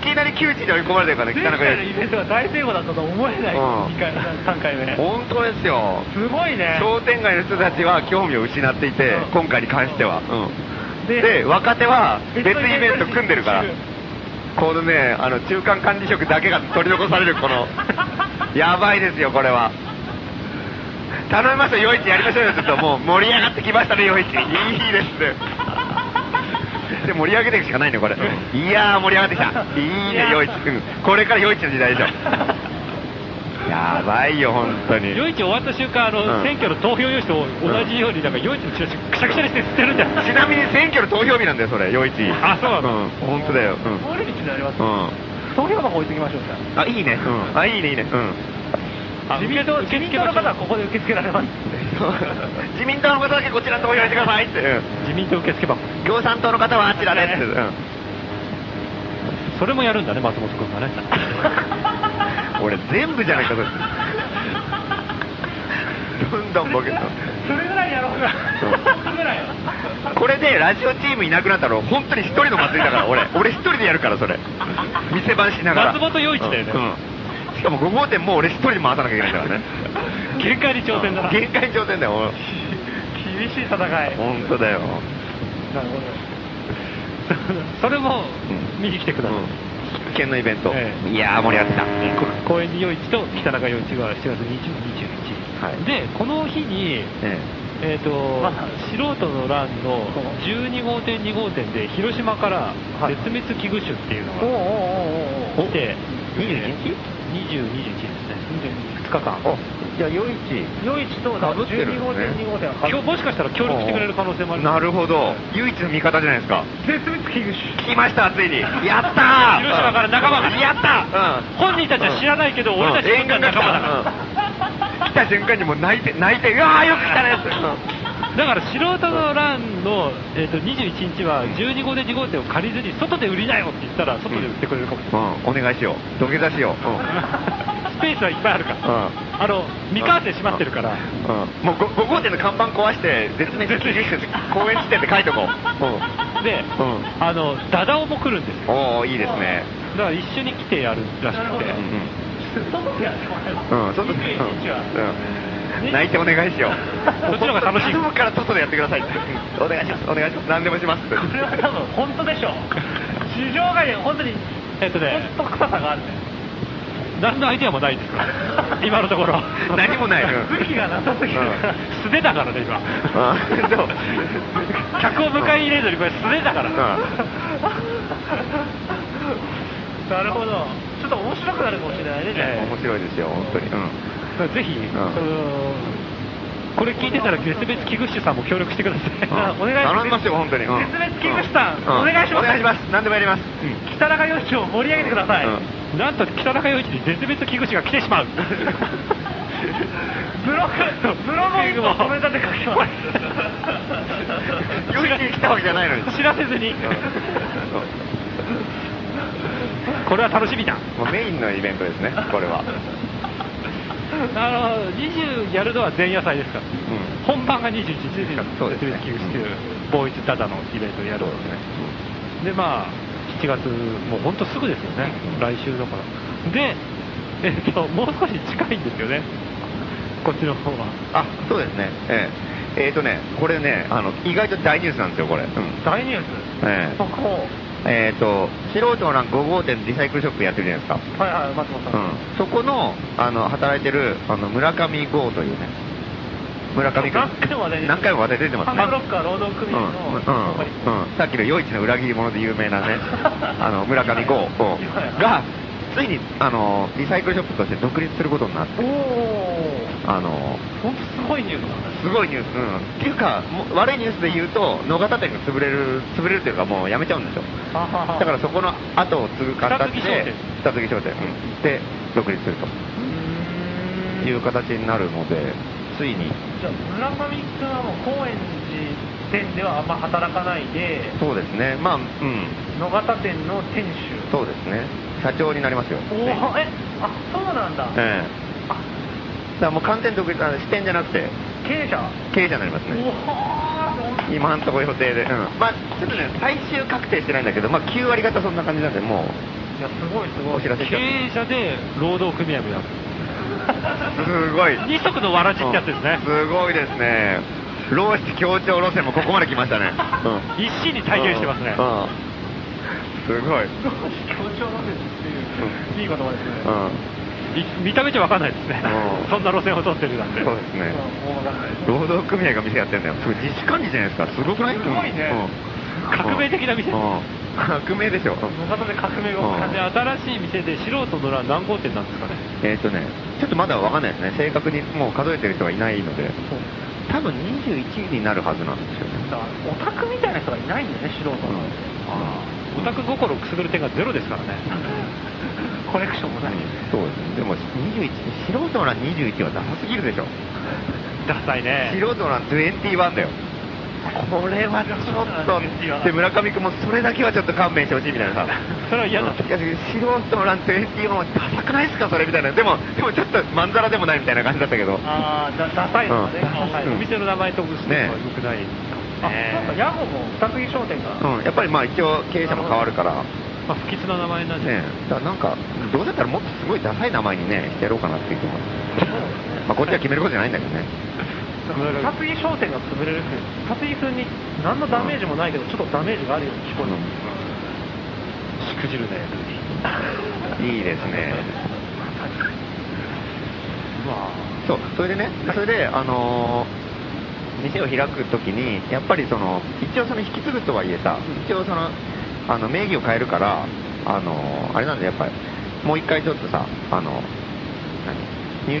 Speaker 5: きいきなり窮地に追い込まれてるからね、
Speaker 4: 前
Speaker 5: 北中
Speaker 4: 回の
Speaker 5: で
Speaker 4: イベントは大成功だったとは思えない、
Speaker 5: うん
Speaker 4: 2回3回目。
Speaker 5: 本当ですよ。
Speaker 4: すごいね。
Speaker 5: 商店街の人たちは興味を失っていて、今回に関しては。うんで若手は別イベント組んでるから。このね、あの、中間管理職だけが取り残される、この。やばいですよ、これは。頼みましたよ、夜市やりましょうよ、ちょっと。もう盛り上がってきましたね、夜市。いいですね。で、盛り上げていくしかないね、これ。いやー、盛り上がってきた。いいね、夜市。うんこれから夜市の時代でしょ。やばいよ、本当に。
Speaker 3: 夜市終わった瞬間、あの、
Speaker 5: うん
Speaker 3: 選挙の投票用紙と同じように、なんか夜市のチラシくしゃくしゃにして捨てるんじゃない
Speaker 5: ちなみに選挙の投票日なんだよ、それ、夜市。
Speaker 3: あそうなの
Speaker 5: うん、本当だよ。うん。
Speaker 4: 通り道になります。
Speaker 5: うん。
Speaker 4: 投票箱置いてきましょうじゃあ
Speaker 5: あ、いいね。うん。あ、いいね、いいね。うん。
Speaker 4: 自民党自民党の方はここで受け付けられます。
Speaker 5: 自民党の方だけこちら投票してくださいって。うん。
Speaker 3: 自民党受付箱。
Speaker 5: 共産党の方はあちらでって。うん。
Speaker 3: それもやるんだね、松本君がね。
Speaker 5: 俺、全部じゃないか、 それ。どんどんボケた。
Speaker 4: それぐらいやろうな。それぐらい。
Speaker 5: これでラジオチームいなくなったら本当に一人の祭りだから俺俺一人でやるからそれ店番しながら
Speaker 3: 松本陽一だよね
Speaker 5: うんうんしかも5号店も俺一人で回さなきゃいけないからね
Speaker 3: 限界に挑戦だな。
Speaker 5: 限界に挑戦だよ俺
Speaker 4: 厳しい戦い。
Speaker 5: 本当だよ
Speaker 4: なるほど。
Speaker 3: それも、見に来てください。
Speaker 5: 危険のイベント、
Speaker 3: え
Speaker 5: いやー盛り上がって
Speaker 3: こ公園に陽一と北中陽一が7月20、21、
Speaker 5: はい
Speaker 3: で、この日に、
Speaker 5: た、ね
Speaker 3: えーと素人の欄の12号店、2号店で広島から絶滅危惧種っていうのが来て、21日 ?22 日ですね、2日間、
Speaker 5: じゃあ夜市
Speaker 4: 余市と
Speaker 5: 被ってるんです
Speaker 4: 12
Speaker 5: ね
Speaker 4: 号店2号店は被って
Speaker 3: 今
Speaker 4: る
Speaker 3: 日もしかしたら協力してくれる可能性もある
Speaker 5: なるほど唯一の味方じゃないですか
Speaker 4: 絶滅危惧種。
Speaker 5: 来ましたついにやったー
Speaker 3: 広島から仲間が
Speaker 5: やったー、うん
Speaker 3: 本人たちは知らないけど、俺たち
Speaker 5: うん
Speaker 3: みんな仲間だから。
Speaker 5: 来た瞬間にもう泣いて泣いてうわーよく来たね って、
Speaker 3: だから素人の欄の、えー、と21日は12号で2号店を借りずに外で売りなよって言ったら外で売ってくれるかもしれない、
Speaker 5: うん、お願いしよう土下座しよう、うん
Speaker 3: スペースはいっぱいあるから、
Speaker 5: う
Speaker 3: あの未完成閉まってるから、
Speaker 5: うん、もう 5, 号店の看板壊して絶滅危惧種公園地点って書いとこう、
Speaker 3: で、
Speaker 5: ん
Speaker 3: あのダダオも来るんですよ
Speaker 5: おおいいですね
Speaker 3: だから一緒に来てやるらしくて
Speaker 5: うん
Speaker 4: 外でやってもらえます。
Speaker 5: うん、うん、ちょっと、うん
Speaker 4: 21は
Speaker 5: うん、泣いてお願いしよう
Speaker 3: そっちの方が楽しい
Speaker 5: 頼むから外でやってくださいってお願いしますお願いします何でもしますって
Speaker 4: これは多分本当でしょう。市場外で本当に
Speaker 3: えっと ね
Speaker 4: 本当臭さがあるね。
Speaker 3: 何のアイデアもないですから今のところ
Speaker 5: 何もない、うん
Speaker 4: 武器がなさすぎるから。
Speaker 3: 素手だからね今
Speaker 5: あそう
Speaker 3: 客を迎え入れずにこれ素手だから、
Speaker 4: なるほど。ちょっと面白くなるかもしれないね。じゃあ
Speaker 5: 面白いですよ本当にうん
Speaker 3: ぜひ、
Speaker 5: ん
Speaker 3: そのこれ聞いてたら絶滅危惧種さんも協力してください。
Speaker 5: お願いします。頼みますよ、本当に。うん
Speaker 4: 絶滅危惧種さん
Speaker 5: う
Speaker 4: お願いします
Speaker 5: お願いします。何でもやります。
Speaker 4: 北中良一を盛り上げてください。
Speaker 3: なんと北中陽一に絶滅危惧種が来てしまう。
Speaker 4: ブログ、ブログにもコメントで書きます。
Speaker 5: 用意に来たわけじゃないのに。
Speaker 3: 知らせずに。これは楽しみだ。
Speaker 5: もうメインのイベントですね、これは。
Speaker 3: あの20やるのは前夜祭ですから、本番が21日ですから、そうですね、ボーイズダダのイベントをやるんですね、でまあ、7月、もう本当すぐですよね、来週だから、で、えっと、もう少し近いんですよね、こっちの方は。
Speaker 5: あ、そうですね。えええーとね、これね、あの、意外と大ニュースなんですよ、これ。うん
Speaker 4: 大ニュー
Speaker 5: え
Speaker 4: ス。速報。はい
Speaker 5: ええーと、素人なん5号店リサイクルショップやってるじゃないですか。
Speaker 4: はい、松本さん。
Speaker 5: うん、そこのあの働いてるあの村上剛というね村上君
Speaker 4: 何回も話題に
Speaker 5: 何回も話題出てますね
Speaker 4: ハンドロッカー労働組
Speaker 5: うん
Speaker 4: 合
Speaker 5: うん
Speaker 4: の、
Speaker 5: うんさっきの夜市の裏切り者で有名 なねあの村上剛うんがついにあのリサイクルショップとして独立することになって
Speaker 4: おお
Speaker 5: あの
Speaker 4: 本当すごいニュースなんだね
Speaker 5: すごいニュース、うん、っていうかもう悪いニュースで言うと野方店が潰れる潰れるというかもうやめちゃうんですよ
Speaker 4: ははは
Speaker 5: だからそこの後を継ぐ形で二次商店、うんで独立するという形になるのでついに
Speaker 4: じゃあ村上君はもう高円寺店ではあんま働かないで
Speaker 5: そうですねまあうん
Speaker 4: 野方店の店主
Speaker 5: そうですね社長になりますよ
Speaker 4: おおえあそうなんだ
Speaker 5: ええだからもう完全独立あの支店じゃなくて
Speaker 4: 経営者
Speaker 5: 経営者になります
Speaker 4: お
Speaker 5: ね
Speaker 4: お
Speaker 5: 今んとこ予定で、うんまあちょっとね最終確定してないんだけどまあ9割方そんな感じなんでも
Speaker 4: いやすごいすご
Speaker 5: お知らせし
Speaker 3: 経
Speaker 5: ちゃった
Speaker 3: 営者で労働組合もやる。
Speaker 5: うすごい
Speaker 3: 二足のわらじってやつですね。
Speaker 5: すごいですね労使協調路線もここまで来ましたね、うん
Speaker 3: 一心に体現してますね。
Speaker 5: うんうんすごい、
Speaker 4: 強調なんですっていういい言葉ですね
Speaker 3: い見た目じゃわかんないですね。そんな路線を取ってるなんて。
Speaker 5: そうですね
Speaker 4: もうわかんない
Speaker 5: 労働組合が店やってんだよすごい自主管理じゃないですかすごくない
Speaker 4: すごいね
Speaker 5: うん
Speaker 3: 革命的な店
Speaker 5: うん 革命でしょうん
Speaker 4: 野方で革命を
Speaker 5: うん
Speaker 3: で新しい店で素人の欄何号店なんですかね
Speaker 5: えっ、とねちょっとまだわかんないですね正確にもう数えてる人がいないので多分21になるはずなんですよね
Speaker 4: だからオタクみたいな人がいないんだよね素人の
Speaker 3: オタク心をくすぐる点がゼロですからね
Speaker 4: コレクションもない
Speaker 5: そうですねでも21素人欄21はダサすぎるでしょ
Speaker 3: ダサいね
Speaker 5: 素人欄21だよこれはちょっとで村上君もそれだけはちょっと勘弁してほしいみたいなさ
Speaker 3: それは嫌だ
Speaker 5: うんいや素人のラン21はダサくないですかそれみたいなでもでもちょっとまんざらでもないみたいな感じだったけど
Speaker 4: ああだダサいのがね
Speaker 5: うん
Speaker 4: ダサい
Speaker 3: お店の名前と結ぶのは良くない
Speaker 4: あなんかヤホーも二つ木商店が
Speaker 5: うん、やっぱりまあ一応経営者も変わるから、
Speaker 3: まあ不吉な名前なんで
Speaker 5: ね、だからなんか、どうせだったらもっとすごいダサい名前にね、してやろうかなっていう気も、まあ、こっちは決めることじゃないんだけどね、
Speaker 4: 二つ木商店が潰れるって二つ木君に何のダメージもないけどちょっとダメージがあるように聞こえる
Speaker 3: しくじるね
Speaker 5: いいですね、
Speaker 3: ま
Speaker 5: そう、それでね、それで、あのー店を開くときに、やっぱりその、一応その引き継ぐとはいえさ、一応その、あの名義を変えるから、あのーあれなんで、やっぱり、もう一回ちょっとさ、あの何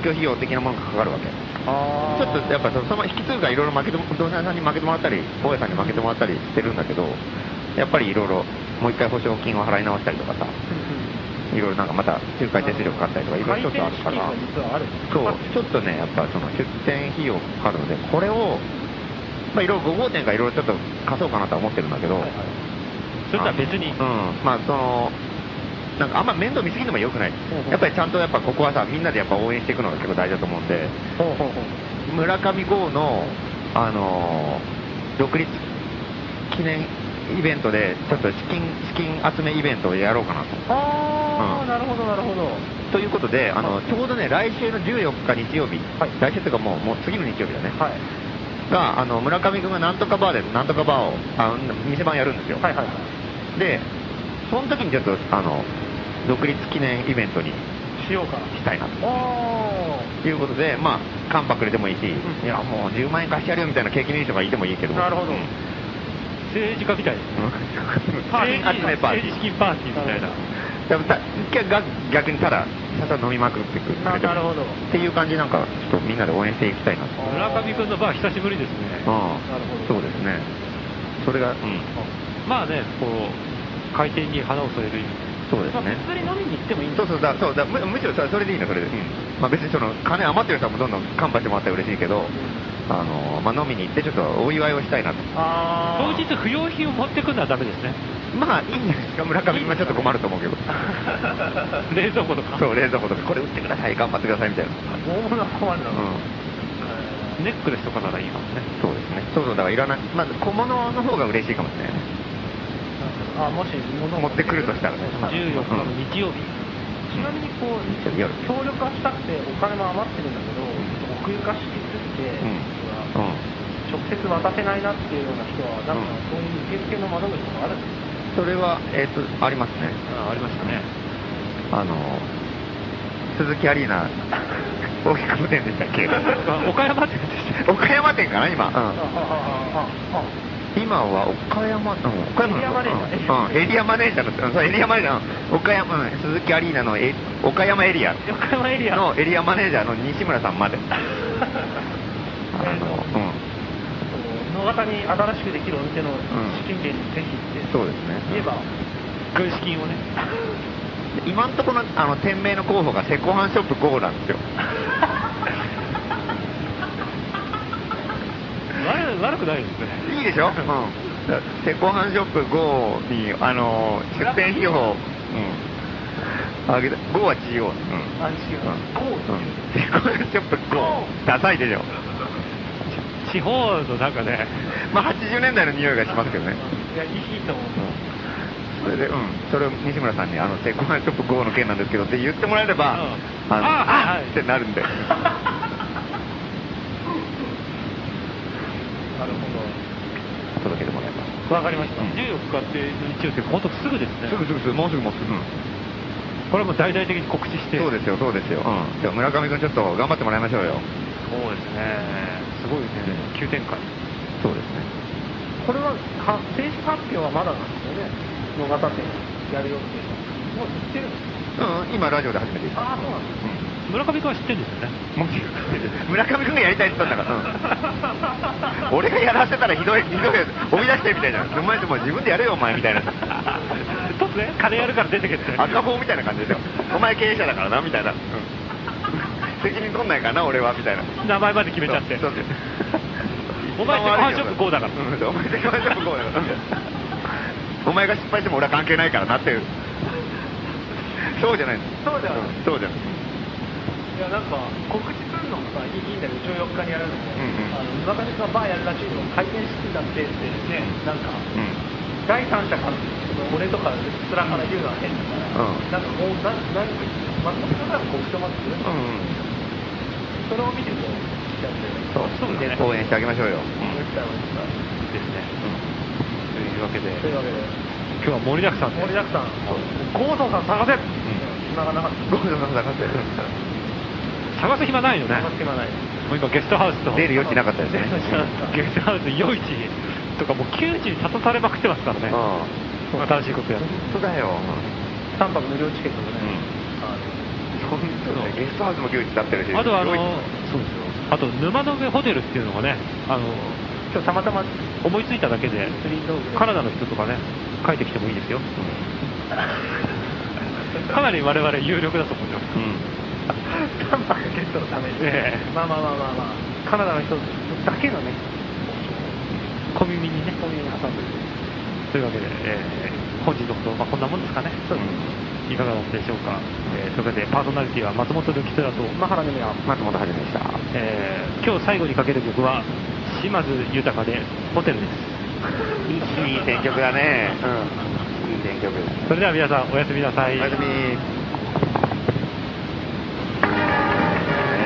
Speaker 5: 入居費用的なものがかかるわけ。ちょっとやっぱその引き継ぐからいろいろ負けても不動産屋さんに負けてもらったり大家さんに負けてもらったりしてるんだけどやっぱりいろいろもう一回保証金を払い直したりとかさいろいろなんかまた仲介手数料かかったりとかいろいろちょっとあるから
Speaker 4: 回転資金が実はある
Speaker 5: そうちょっとねやっぱその出店費用もかかるのでこれをまあいろいろ5号店がいろいろちょっと貸そうかなとは思ってるんだけど
Speaker 3: それとは別に
Speaker 5: うんまあそのなんかあんま面倒見すぎてもよくないやっぱりちゃんとやっぱここはさみんなでやっぱ応援していくのが結構大事だと思うんで
Speaker 4: ほうほうほう
Speaker 5: 村上剛の、あのー独立記念イベントで、ちょっと資金資金集めイベントをやろうかなと。
Speaker 4: ああ、なるほどなるほど
Speaker 5: ということで、あのちょうどね、来週の14日日曜日、来週というかもうもう次の日曜日だね、があの村上君がなんとかバーで、なんとかバーを、あ店番やるんですよ。で、その時にちょっとあの独立記念イベントに
Speaker 4: しようか
Speaker 5: したいなと。
Speaker 4: お
Speaker 5: ということで、まあ、カンパくれてもいいし、いや、もう10万円貸してやるよみたいな景気のいい人がいてもいいけど、
Speaker 3: なるほど
Speaker 5: うん
Speaker 3: 政治家みたい
Speaker 5: パーティー集めパー
Speaker 3: 政治
Speaker 5: ティー
Speaker 3: 資金パーティーみたいな
Speaker 5: でもた逆逆にただ、ただ飲みまくってく
Speaker 4: ななるほど
Speaker 5: っていう感じなんか、ちょっとみんなで応援していきたいなと。
Speaker 3: 村上君のバー久しぶりですね。
Speaker 5: あ
Speaker 3: なるほ
Speaker 5: そうですね。それが、うん、
Speaker 3: ど。まあね、こう、回転に花を添える意味
Speaker 5: そうですね。
Speaker 3: 普通に飲みに行ってもいいんだ
Speaker 5: そうそうだ、そうだむむしろさそれでいいの、それで。まあ、別にその、金余ってる人はもうどんどんカンパしてもらったら嬉しいけど、あの、まあ、飲みに行ってちょっとお祝いをしたいなと。
Speaker 3: 当日不要品を持ってくるのはダメですね。
Speaker 5: まあ、いいんじゃないですか、村上はちょっと困ると思う けど。
Speaker 3: 冷蔵庫とか。
Speaker 5: そう、冷蔵庫とか、これ売ってください、頑張ってくださいみたいな。
Speaker 4: 大物は困るだろう、
Speaker 5: ネックレスとかならいいかもね。そうですね。そうそう、だからいらない。まあ、小物の方が嬉しいかもしれないね。
Speaker 4: あもし物を
Speaker 5: 持ってくるとしたらね。
Speaker 3: 14日の日曜日。
Speaker 4: ちなみにこう
Speaker 5: うん夜。
Speaker 4: 協力はしたくてお金も余ってるんだけど奥ゆかしきすぎて、
Speaker 5: うん
Speaker 4: 直接渡せないなっていうような人はなんかそういう受付の窓口とかあるんですか
Speaker 5: それは、えっと、ありますね。
Speaker 3: ありましたね。
Speaker 5: あの、鈴木アリーナ、大木久保店でしたっけ
Speaker 3: あ岡山店
Speaker 5: でした。岡山店かな、今。うん今は岡山、うん、岡山のうんうん、エリアマネージャーの、うんそうエリアマネージャーの、岡山、うん鈴木アリーナのえ岡山エリア
Speaker 4: 岡山エリア
Speaker 5: のエリアマネージャーの西村さん まで。あの、うん。
Speaker 4: 野方に新しくできるお店の資金源にぜひって、
Speaker 5: そうですね。
Speaker 4: 言えば軍資金をね
Speaker 5: 今んところのあの店名の候補がセコハンショップ5なんですよ。
Speaker 3: 悪悪くないですね。
Speaker 5: いいでしょ、うん、セコハンショップ5に、あのー出店費用を、うん、あげた5は GO、うん
Speaker 4: あ違う
Speaker 5: うん、セコハンショップ5ダサいでしょ
Speaker 3: 地方のなんかね、
Speaker 5: まあ80年代の匂いがしますけどね
Speaker 4: いやいいと思う
Speaker 5: それで、うん、それを西村さんにあのセコハンショップ5の件なんですけどって言ってもらえれば、あのあってなるんで
Speaker 4: なるほ
Speaker 5: 届けてもらえば
Speaker 3: ど。わかりました。14日って日曜日、本当すぐですね。
Speaker 5: すぐすぐすぐもうすぐもうすぐ、うん
Speaker 3: これはもう大々的に告知して。
Speaker 5: そうですよそうですよ、うん、じゃあ村上君ちょっと頑張ってもらいましょうよ
Speaker 3: そうですね。すごいね。急展開。
Speaker 5: そうですね
Speaker 4: これはは正式発表はまだなんですよね野方店やるよっていうのはもう知ってるんです
Speaker 5: うん、今ラジオで初めて
Speaker 4: ああそうなんです
Speaker 3: 村上君は知ってるんですよね。
Speaker 5: もちろん。村上君がやりたいって言ったんだから、うん俺がやらせたらひどい、ひどい、追い出してみたいな。お前でも自分でやれよ、お前 みたいな。
Speaker 3: 突然、金やるから出てけって。
Speaker 5: 赤棒みたいな感じでしょ。お前経営者だからな、みたいな。うん責任取んないからな、俺は、みたいな。
Speaker 3: 名前まで決めちゃって。
Speaker 5: そうそう
Speaker 3: お前、セコハンショップ5だから。
Speaker 5: うんお前セコハンショップ5だから。お前が失敗しても俺は関係ないからなっていう。そうじゃない
Speaker 4: そうじゃない
Speaker 5: うんそうじゃない
Speaker 4: いやなんか告知するのもさいいいいんだけど14日にやるのも、
Speaker 5: ん
Speaker 4: あの村上君がバーやるらしいのを回転してんだってってねなんか、
Speaker 5: ん
Speaker 4: 第三者から俺とかすらから言うのは変だから、なんかこうななんか全くなんか告知をまずする、それを見てると来ちゃって
Speaker 5: そう応援してあげましょうよ。
Speaker 4: 思っちゃう思っちゃう
Speaker 3: ですね。というわけで、
Speaker 4: というわけで
Speaker 3: 今日は盛りだくさんで
Speaker 4: 盛りだくさん郷藤さん探せ、暇がなかった
Speaker 5: ゴールドさん探せ。
Speaker 3: 探す暇ないよね。
Speaker 4: 探す暇ない
Speaker 3: もう今ゲストハウスと
Speaker 5: 出る余地なかったよね。
Speaker 3: ゲストハウス夜市とかもう窮地に立たされまくってますからね。新しいことやって。
Speaker 5: 本当だよ。
Speaker 4: 3泊無料チケットもね、あ
Speaker 5: 本当だよゲストハウスも窮地になってるし。
Speaker 3: あとはあの
Speaker 5: すご
Speaker 3: そう
Speaker 5: い、
Speaker 3: ですよ。あと沼の上ホテルっていうのがね、あの、
Speaker 4: の今日たまたま
Speaker 3: 思いついただけで、
Speaker 4: 釣り道具で
Speaker 3: カナダの人とかね、書いてきてもいいですよ。かなり我々有力だと思います。
Speaker 4: 3泊ゲストのために、
Speaker 3: え
Speaker 4: まあまあまあまあまあカナダの人だけのね
Speaker 3: 小耳にね、
Speaker 4: コミュニケーション
Speaker 3: というわけで、えー本日のこと、まあ、こんなもんですかね。いかがだったでしょうか。えーというわけで、パーソナリティは松本力虎と、
Speaker 4: マハラネムヤ
Speaker 5: 松本はじめでした。
Speaker 3: えー今日最後にかける曲は、島津豊でホテルです。
Speaker 5: いい選曲だね。うん。いい選曲。
Speaker 3: それでは皆さん、おやすみなさい
Speaker 5: お。やすみ。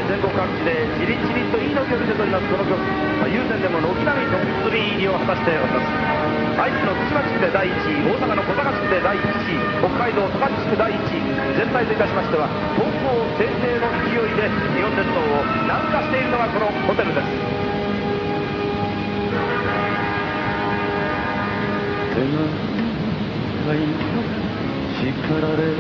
Speaker 18: 全国各地でじりじりといいの曲でとりますこの曲、まあ、優先でも軒並みトップ3入りを果たしております愛知の津島地区で第1位大阪の小高地区で第1位北海道十勝地区第1位全体といたしましては東方生成の勢いで日本列島を南下しているのがこのホテルです
Speaker 19: 手がいっぱい叱られ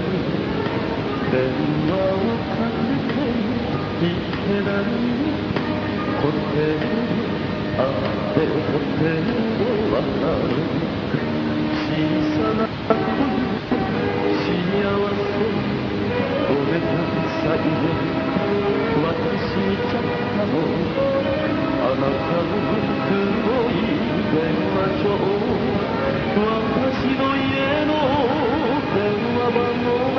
Speaker 20: 私の家の電話番号